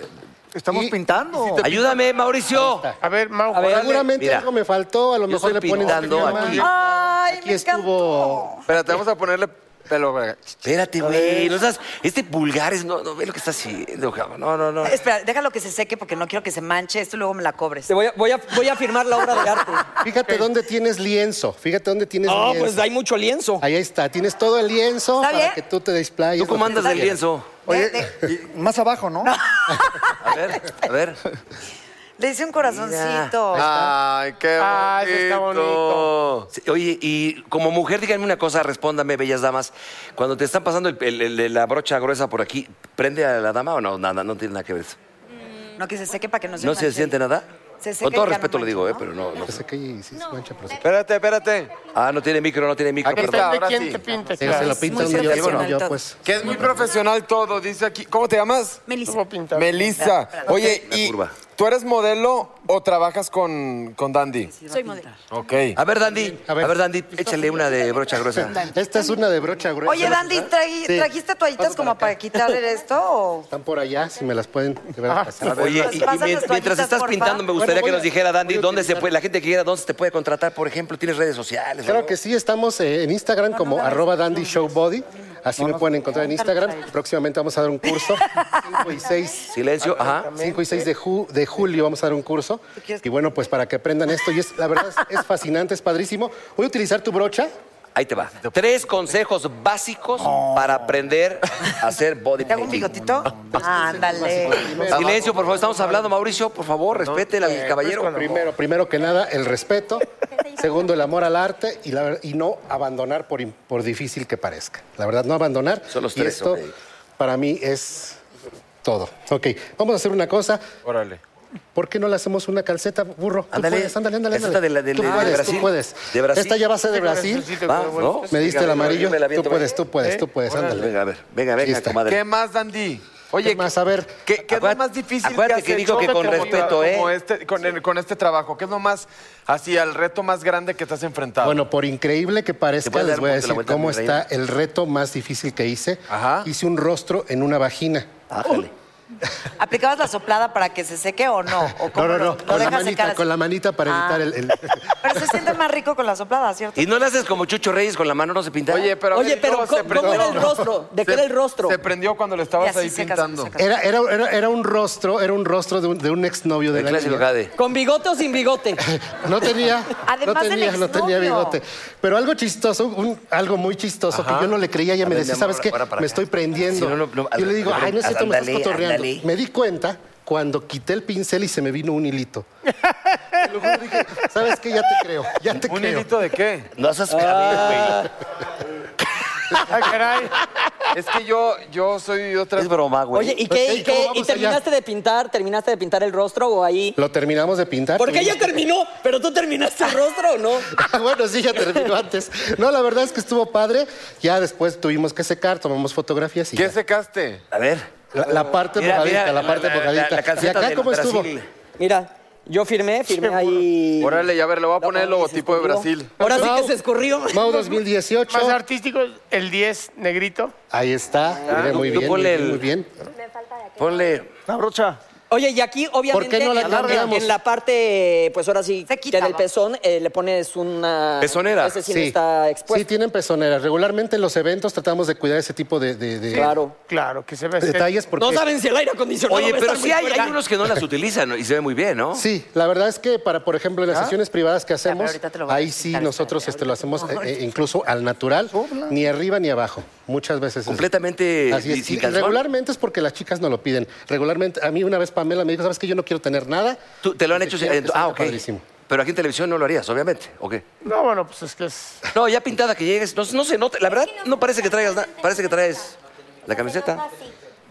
E: Estamos
G: Y-
E: pintando.
A: Ayúdame, Mauricio.
B: A ver, Mau,
D: A ver,
B: órale.
G: Seguramente
A: mira.
G: algo me faltó, a lo
A: Yo
G: mejor
A: estoy
G: le ponen su
A: pintando
G: crema.
A: aquí.
F: Ay,
G: Aquí
F: me encantó.
G: estuvo.
C: Espérate, vamos a ponerle pelo. güey.
A: Espérate, güey. No seas- este vulgar es. No, no ve lo que está haciendo, cabrón. No, no, no.
D: Este
F: Espera, déjalo que se seque porque no quiero que se manche. Esto luego me la cobres.
D: Te voy a, voy a- voy a firmar la obra
G: [LAUGHS]
D: de arte.
G: Fíjate dónde tienes lienzo, fíjate dónde tienes
D: No,
G: lienzo.
D: pues hay mucho lienzo.
G: Ahí está, tienes todo el lienzo
F: ¿Está
G: para
F: bien?
G: que tú te desplayes.
A: ¿Tú cómo
G: lo que
A: andas
G: tú
A: del
G: quieras.
A: lienzo?
E: Oye,
F: De-
E: y más abajo, ¿no?
A: A ver, a ver.
F: Le hice un corazoncito.
C: Ay, qué bonito.
B: Ah, eso está bonito.
A: Sí, Oye, y como mujer, díganme una cosa, respóndame, bellas damas. Cuando te están pasando el- el- el- la brocha gruesa por aquí, ¿prende a la dama o no? Nada, no tiene nada que ver eso.
F: No, que se seque para que no se
A: ¿No
F: manche.
A: se siente nada?
F: Se seca
A: Con
F: y
A: todo
F: ya no
A: respeto lo
F: mancha,
A: digo, ¿eh?
F: ¿no?
A: Pero no, no.
G: Pues aquí sí se mancha, pero se-
C: Espérate, espérate.
A: Ah, no tiene micro, no tiene micro,
C: Aquí
A: perdón.
C: está.
B: Depende
C: ahora
B: quién
C: sí.
B: te pinte.
G: Él se
B: claro.
G: lo pinta un
F: muy
G: día,
F: profesional
G: y yo
F: todo.
G: pues.
C: Que es muy profesional todo, dice aquí. ¿Cómo te llamas?
F: Melissa.
B: Voy a pintar.
C: Melissa. Oye,
A: La
C: y
A: curva.
C: ¿tú eres modelo o trabajas con, con Dandy?
F: Soy modelo.
C: Ok.
A: A ver, Dandy, a
G: A
A: ver,
G: ver.
A: Dandy, échale una de brocha gruesa.
G: Esta es una de brocha gruesa.
F: Oye, Dandy, traí-
G: Sí.
F: ¿trajiste toallitas
G: Paso
F: como
G: para
F: para
G: acá.
F: quitar esto? o?
G: Están por allá, si me las pueden llevar
B: Ah,
G: a pasar.
A: Oye,
F: Pues
A: y, y
F: pásanos
A: mien- mientras
F: toallitas,
A: estás
F: porfa.
A: pintando, me gustaría
G: Bueno, voy
A: que nos
G: a-
A: dijera, Dandy,
G: voy a
A: dónde se
G: utilizar-
A: puede, la gente que quiera, dónde se te puede contratar, por ejemplo, tienes redes sociales.
G: Claro que sí, estamos eh, en Instagram como arroba dandy showbody. Así me pueden encontrar en Instagram. Próximamente vamos a dar un curso. [LAUGHS] 5 y 6.
A: Silencio, ajá.
G: 5 y 6 de, ju- de julio vamos a dar un curso. Y bueno, pues para que aprendan esto. Y es, la verdad es, es fascinante, es padrísimo. Voy a utilizar tu brocha.
A: Ahí te va. Tres consejos básicos para aprender a hacer body
F: ¿Te hago un
A: painting.
F: bigotito?
A: Eh,
F: Ándale.
A: Silencio, por favor, estamos hablando, Mauricio, por favor, respete al caballero.
G: Primero, primero que nada, el respeto. Segundo, el amor al arte y, la ver- y no abandonar por, im- por difícil que parezca. La verdad, no abandonar.
A: Son los
G: Y
A: tres,
G: esto
A: ok.
G: para mí es todo. Ok, vamos a hacer una cosa.
C: Órale.
G: ¿Por qué no le hacemos una calceta, burro? Tú
A: Ándale.
G: puedes, ándale, ándale,
A: Esta
G: ándale.
A: de la- de-
G: tú
A: de- de
G: puedes,
A: Brasil.
G: tú puedes.
A: De Brasil.
G: Esta ya va a ser de Brasil.
A: Va, ¿no?
G: Me diste el
A: Venga,
G: amarillo.
A: me la
G: Tú
A: aviento, ¿eh?
G: puedes,
A: venga.
G: tú puedes, tú puedes, ándale.
A: Venga, a ver, venga, venga,
G: Lista.
A: comadre.
C: ¿Qué más, Dandy?
G: Oye, más, a ver,
C: ¿Qué, qué es lo
G: Acuérdate-
C: más difícil
G: acuérdate
C: has
G: que dijo
C: hecho
G: que con
C: como-
G: respeto, ¿eh?
C: como este- con, el- con este trabajo, ¿qué es lo más, así, al reto más grande que te has enfrentado?
G: Bueno, por increíble que
C: ¿Te
G: parezca,
C: puedes
G: les
C: dar
G: voy a
C: un poco la
G: decir
C: vuelta,
G: cómo
C: mi reina?
G: está el reto más difícil que hice. Hice un rostro en una vagina.
F: ¿Aplicabas la soplada para que se seque o no? ¿O
G: No,
F: cómo
G: no, no,
F: lo- lo
G: con la
F: dejas secar
G: manita,
F: así?
G: con la manita para
F: Ah.
G: evitar el- [LAUGHS] el...
F: Pero se siente más rico con la soplada, ¿cierto?
A: ¿Y no le haces como Chucho Reyes con la mano no se pinta? Oye,
C: pero,
F: Oye, pero ¿cómo-
C: cómo era el rostro?
A: ¿De qué era el rostro?
C: Se prendió cuando le estabas
A: Y así
C: ahí
A: secas,
C: pintando.
G: Era, era, era, era un rostro, era un rostro de un, de un exnovio de
A: El
G: la
A: clásico
G: niña.
A: Jade.
D: ¿Con bigote o
G: [LAUGHS]
D: sin bigote?
G: No tenía, no
D: Además del
G: tenía, no tenía
D: exnovio.
G: bigote. Pero algo chistoso, un- algo muy chistoso
A: Ajá.
G: que yo no le creía, ella
A: A
G: me
A: ver,
G: decía,
A: mi amor,
G: ¿sabes qué?
A: ahora para
G: me
A: acá.
G: estoy prendiendo.
A: Sí, no, no, no,
G: yo
A: al-
G: le digo,
A: al-
G: ay, no es cierto, me estás
A: ándale,
G: cotorreando.
A: ándale.
G: Me di cuenta cuando quité el pincel y se me vino un hilito. Te lo juro, dije, ¿sabes qué? Ya te creo, ya te
C: ¿Un
G: creo.
C: hilito de qué?
A: No haces
C: Ah.
A: [LAUGHS]
C: Es que yo, yo soy otra... Es
A: broma,
D: Oye,
G: pues,
D: ¿y qué? ¿Y, qué? ¿Y terminaste de pintar? ¿Terminaste de pintar el rostro o ahí?
G: Lo terminamos de pintar.
D: Porque ella
G: tuvimos-
D: terminó, pero tú terminaste el rostro o no.
G: [LAUGHS] bueno, sí, ya terminó antes. No, la verdad es que estuvo padre. Ya después tuvimos que secar, tomamos fotografías y
C: ¿Qué
G: ya.
C: secaste?
A: A ver.
G: La, la parte
C: Mira,
G: mojadita,
C: mira,
G: la parte
C: la- la-
G: mojadita.
C: la
G: ¿Y
C: calceta
G: acá
C: del
G: cómo estuvo?
C: Brasil.
D: Mira, yo firmé, firmé ahí.
C: Órale, ya a ver, le voy a poner el logotipo de Brasil.
D: Ahora sí que se escurrió.
G: Mau 2018.
B: Más artístico, el 10 negrito.
G: Ahí está.
A: Ah,
G: Mira,
B: tú-
G: muy
B: tú
G: bien, muy
B: ponle
G: bien,
B: el-
G: muy bien.
A: Ponle.
E: La brocha.
D: Oye, y aquí obviamente
G: ¿Por qué no la
D: en, en-
G: cambiamos?
D: en la parte, pues ahora sí, que en el pezón eh, le pones una... Ese sí, no está expuesto.
G: Sí, tienen pezoneras. Regularmente en los eventos tratamos de cuidar ese tipo de, de- de-
B: Claro, que se ve.
G: detalles porque...
A: Oye, pero sí hay, hay unos que no las utilizan ¿no? y se ve muy bien, ¿no?
G: Sí, la verdad es que para, por ejemplo, en las
A: ¿Ah?
G: sesiones privadas que hacemos,
A: ahorita te lo voy a
G: ahí sí nosotros este, lo hacemos eh, eh, incluso al natural, ni arriba ni abajo. Muchas veces.
A: Completamente
G: Así
A: y
G: es.
A: sin
G: Y
A: calzón.
G: regularmente es porque las chicas no lo piden. Regularmente, a mí una vez Pamela me dijo, ¿sabes qué? Yo no quiero tener nada.
A: Tú- te lo han hecho.
G: Quiero
A: eh,
G: que
A: ah,
G: salga
A: ok.
G: padrísimo.
A: Pero aquí en televisión no lo harías, obviamente. ¿O qué?
B: No, bueno, pues es que es.
A: No, ya pintada que llegues. No, no se nota. La verdad, no parece que traigas nada. Parece que traes la camiseta.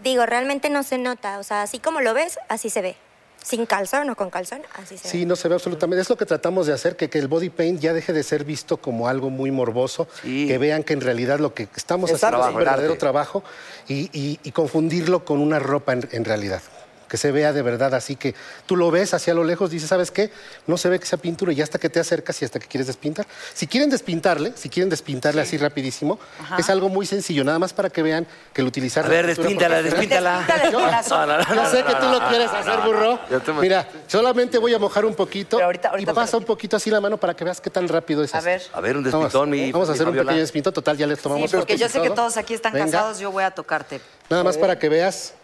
H: Digo, realmente no se nota. O sea, así como lo ves, así se ve. Sin calzón o con calzón, así se
G: Sí, no se ve absolutamente. Es lo que tratamos de hacer, que, que el body paint ya deje de ser visto como algo muy morboso, que vean que en realidad lo que estamos
A: Es
G: haciendo es
A: trabajo,
G: un
A: el
G: verdadero
A: arte.
G: trabajo y, y- y confundirlo con una ropa en, en realidad. Que se vea de verdad así que tú lo ves hacia lo lejos, dices, ¿sabes qué? No se ve que sea pintura y hasta que te acercas y hasta que quieres despintar. Si quieren despintarle, si quieren despintarle así rapidísimo,
A: Ajá.
G: es algo muy sencillo, nada más para que vean que el utilizar...
A: A
G: la
A: ver,
G: pintura-
A: despíntala, despíntala. [LAUGHS] Despíntale el
G: Yo-
A: corazón. No, no, no,
G: Yo sé
A: no,
G: que
A: no,
G: tú
A: no,
G: lo quieres
A: no,
G: hacer,
A: no,
G: burro.
A: ya te-
G: Mira, solamente voy a mojar un poquito y pasa un poquito así la mano para que veas qué tan rápido es. A ver.
A: A ver, un
G: Vamos,
A: despintón, mi.
G: vamos a hacer
A: mi
G: un
A: Fabiola.
G: pequeño despinto. Total, ya les tomamos
F: Sí, porque
G: fotos y
F: yo sé que
G: todo.
F: todos aquí están
G: Venga.
F: casados, yo voy a tocarte.
G: Nada más para que veas.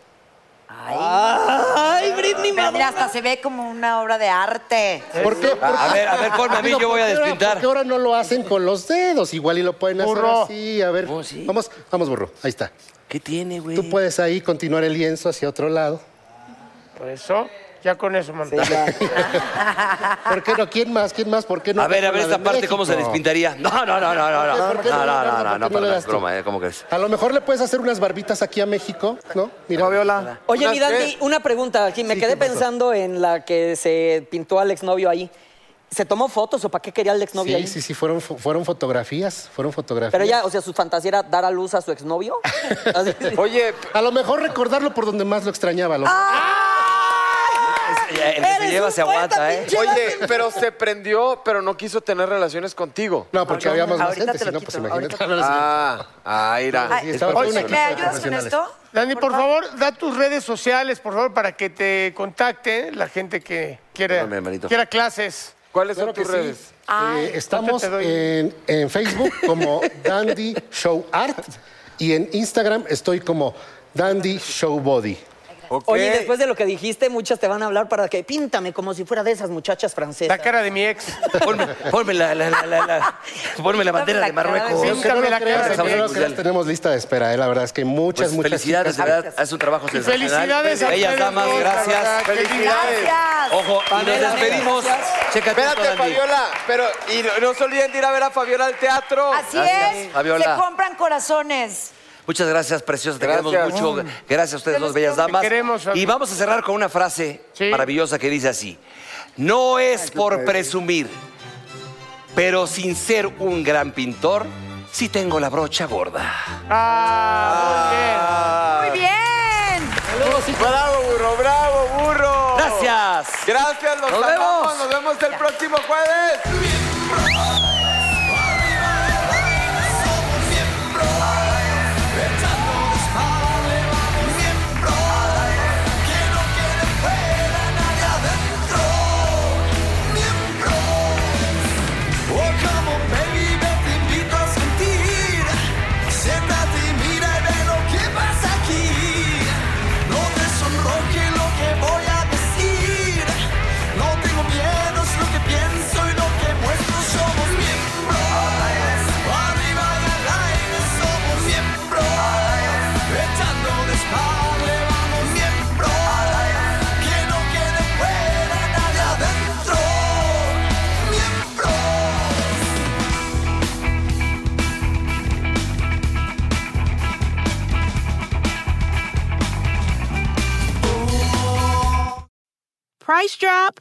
F: ¡Ay, Britney Mira, hasta se ve como una obra de arte.
G: ¿Por qué?
A: A ver, a ver, ponme a mí, ah, yo voy a despintar.
G: Porque ahora no lo hacen con los dedos. Igual y lo pueden hacer
A: Burro.
G: así. A ver, vamos, vamos, burro. Ahí está.
A: ¿Qué tiene, güey?
G: Tú puedes ahí continuar el lienzo hacia otro lado.
B: Por eso, ya con eso, man. [LAUGHS]
G: ¿Por qué no? ¿Quién más? ¿Quién más? ¿Por qué no?
A: A ver, a ver
G: La de
A: esta parte, ¿cómo se
G: México.
A: despintaría? No, no, no, no, no, no. No,
G: ¿Por qué
A: no,
G: no,
A: no,
G: Ricardo?
A: no,
G: ¿Por qué
A: no,
G: no le
A: perdón,
G: das
A: es
G: tú?
A: broma, ¿eh? ¿Cómo crees?
G: A lo mejor le puedes hacer unas barbitas aquí a México, ¿no? Mira. Fabiola.
D: Oye, mi Dandy, una pregunta. Aquí me quedé pensando en la que se pintó al exnovio ahí. ¿Se tomó fotos o para qué quería al exnovio
G: Sí,
D: ahí?
G: sí, sí, fueron, fo- fueron fotografías, fueron fotografías.
D: Pero ella, o sea, su fantasía era dar a luz a su exnovio.
C: Oye,
G: a lo mejor recordarlo por donde más lo extrañaba. lo-
A: El que se lleva se aguanta, ¿eh?
C: Oye, pero se prendió, pero no quiso tener relaciones contigo.
G: No, porque No, no, habíamos más ahorita gente, te si lo no, pues quito, imagínate. ahorita te lo
C: Ah, ah, mira.
G: Ay, estaba
C: Oye,
G: con una-
C: ¿me
G: ayudas con esto?
B: Dani, por favor, da tus redes sociales, por favor, para que te contacte la gente que quiera,
G: Perdóname, hermanito.
B: quiera clases.
C: ¿Cuáles
G: Claro que sí. Eh, estamos
B: Ahorita te doy.
G: en, en Facebook como Dandy Show Art y en Instagram estoy como Dandy Show Body.
D: Oye, y después de lo que dijiste, muchas te van a hablar para que píntame como si fuera de esas muchachas francesas.
B: La cara de mi ex.
A: Ponme, ponme la, la, la, la,
G: [LAUGHS]
A: la- ponme la bandera de Marruecos.
G: Aunque no lo creas, aunque no lo creas, tenemos lista de espera, eh, la verdad es que muchas,
A: Pues
G: muchas
A: felicidades, de
G: chicas-
A: verdad, hace un trabajo
G: Y
A: sensacional.
G: felicidades a
A: Bellas
G: ustedes
A: damas,
G: dos, la
A: gracias.
G: verdad, felicidades. Gracias.
A: Ojo, y nos
C: Pamela,
A: despedimos.
C: gracias.
A: Chécate esto,
C: Espérate,
A: Dandy.
C: Fabiola. Pero, y no, no se olviden de ir a ver a Fabiola al teatro.
F: Así es.
A: Fabiola.
F: Se compran corazones.
A: Muchas gracias, preciosa. Te
C: Gracias. Mm.
A: queremos mucho. Gracias a ustedes dos, bellas damas. y vamos a cerrar con una frase maravillosa que dice así. No es por presumir, pero sin ser un gran pintor, sí tengo la brocha gorda.
B: Ah, muy bien.
F: Muy bien.
C: Bravo, burro, bravo, burro.
A: Gracias.
C: Gracias, los
A: Nos
C: amamos.
A: vemos.
C: Nos vemos el próximo jueves.
I: Oh, come on, baby, yo te invito a sentir. Siéntate y mira y ve lo que pasa aquí. No te sonroje lo que voy a decir. No tengo miedo, es lo que pienso y lo que muestro. Somos miembros. Arriba y al aire somos miembros. Echando despacio, vamos miembros. Que no quede fuera nadie adentro.
J: Price drop?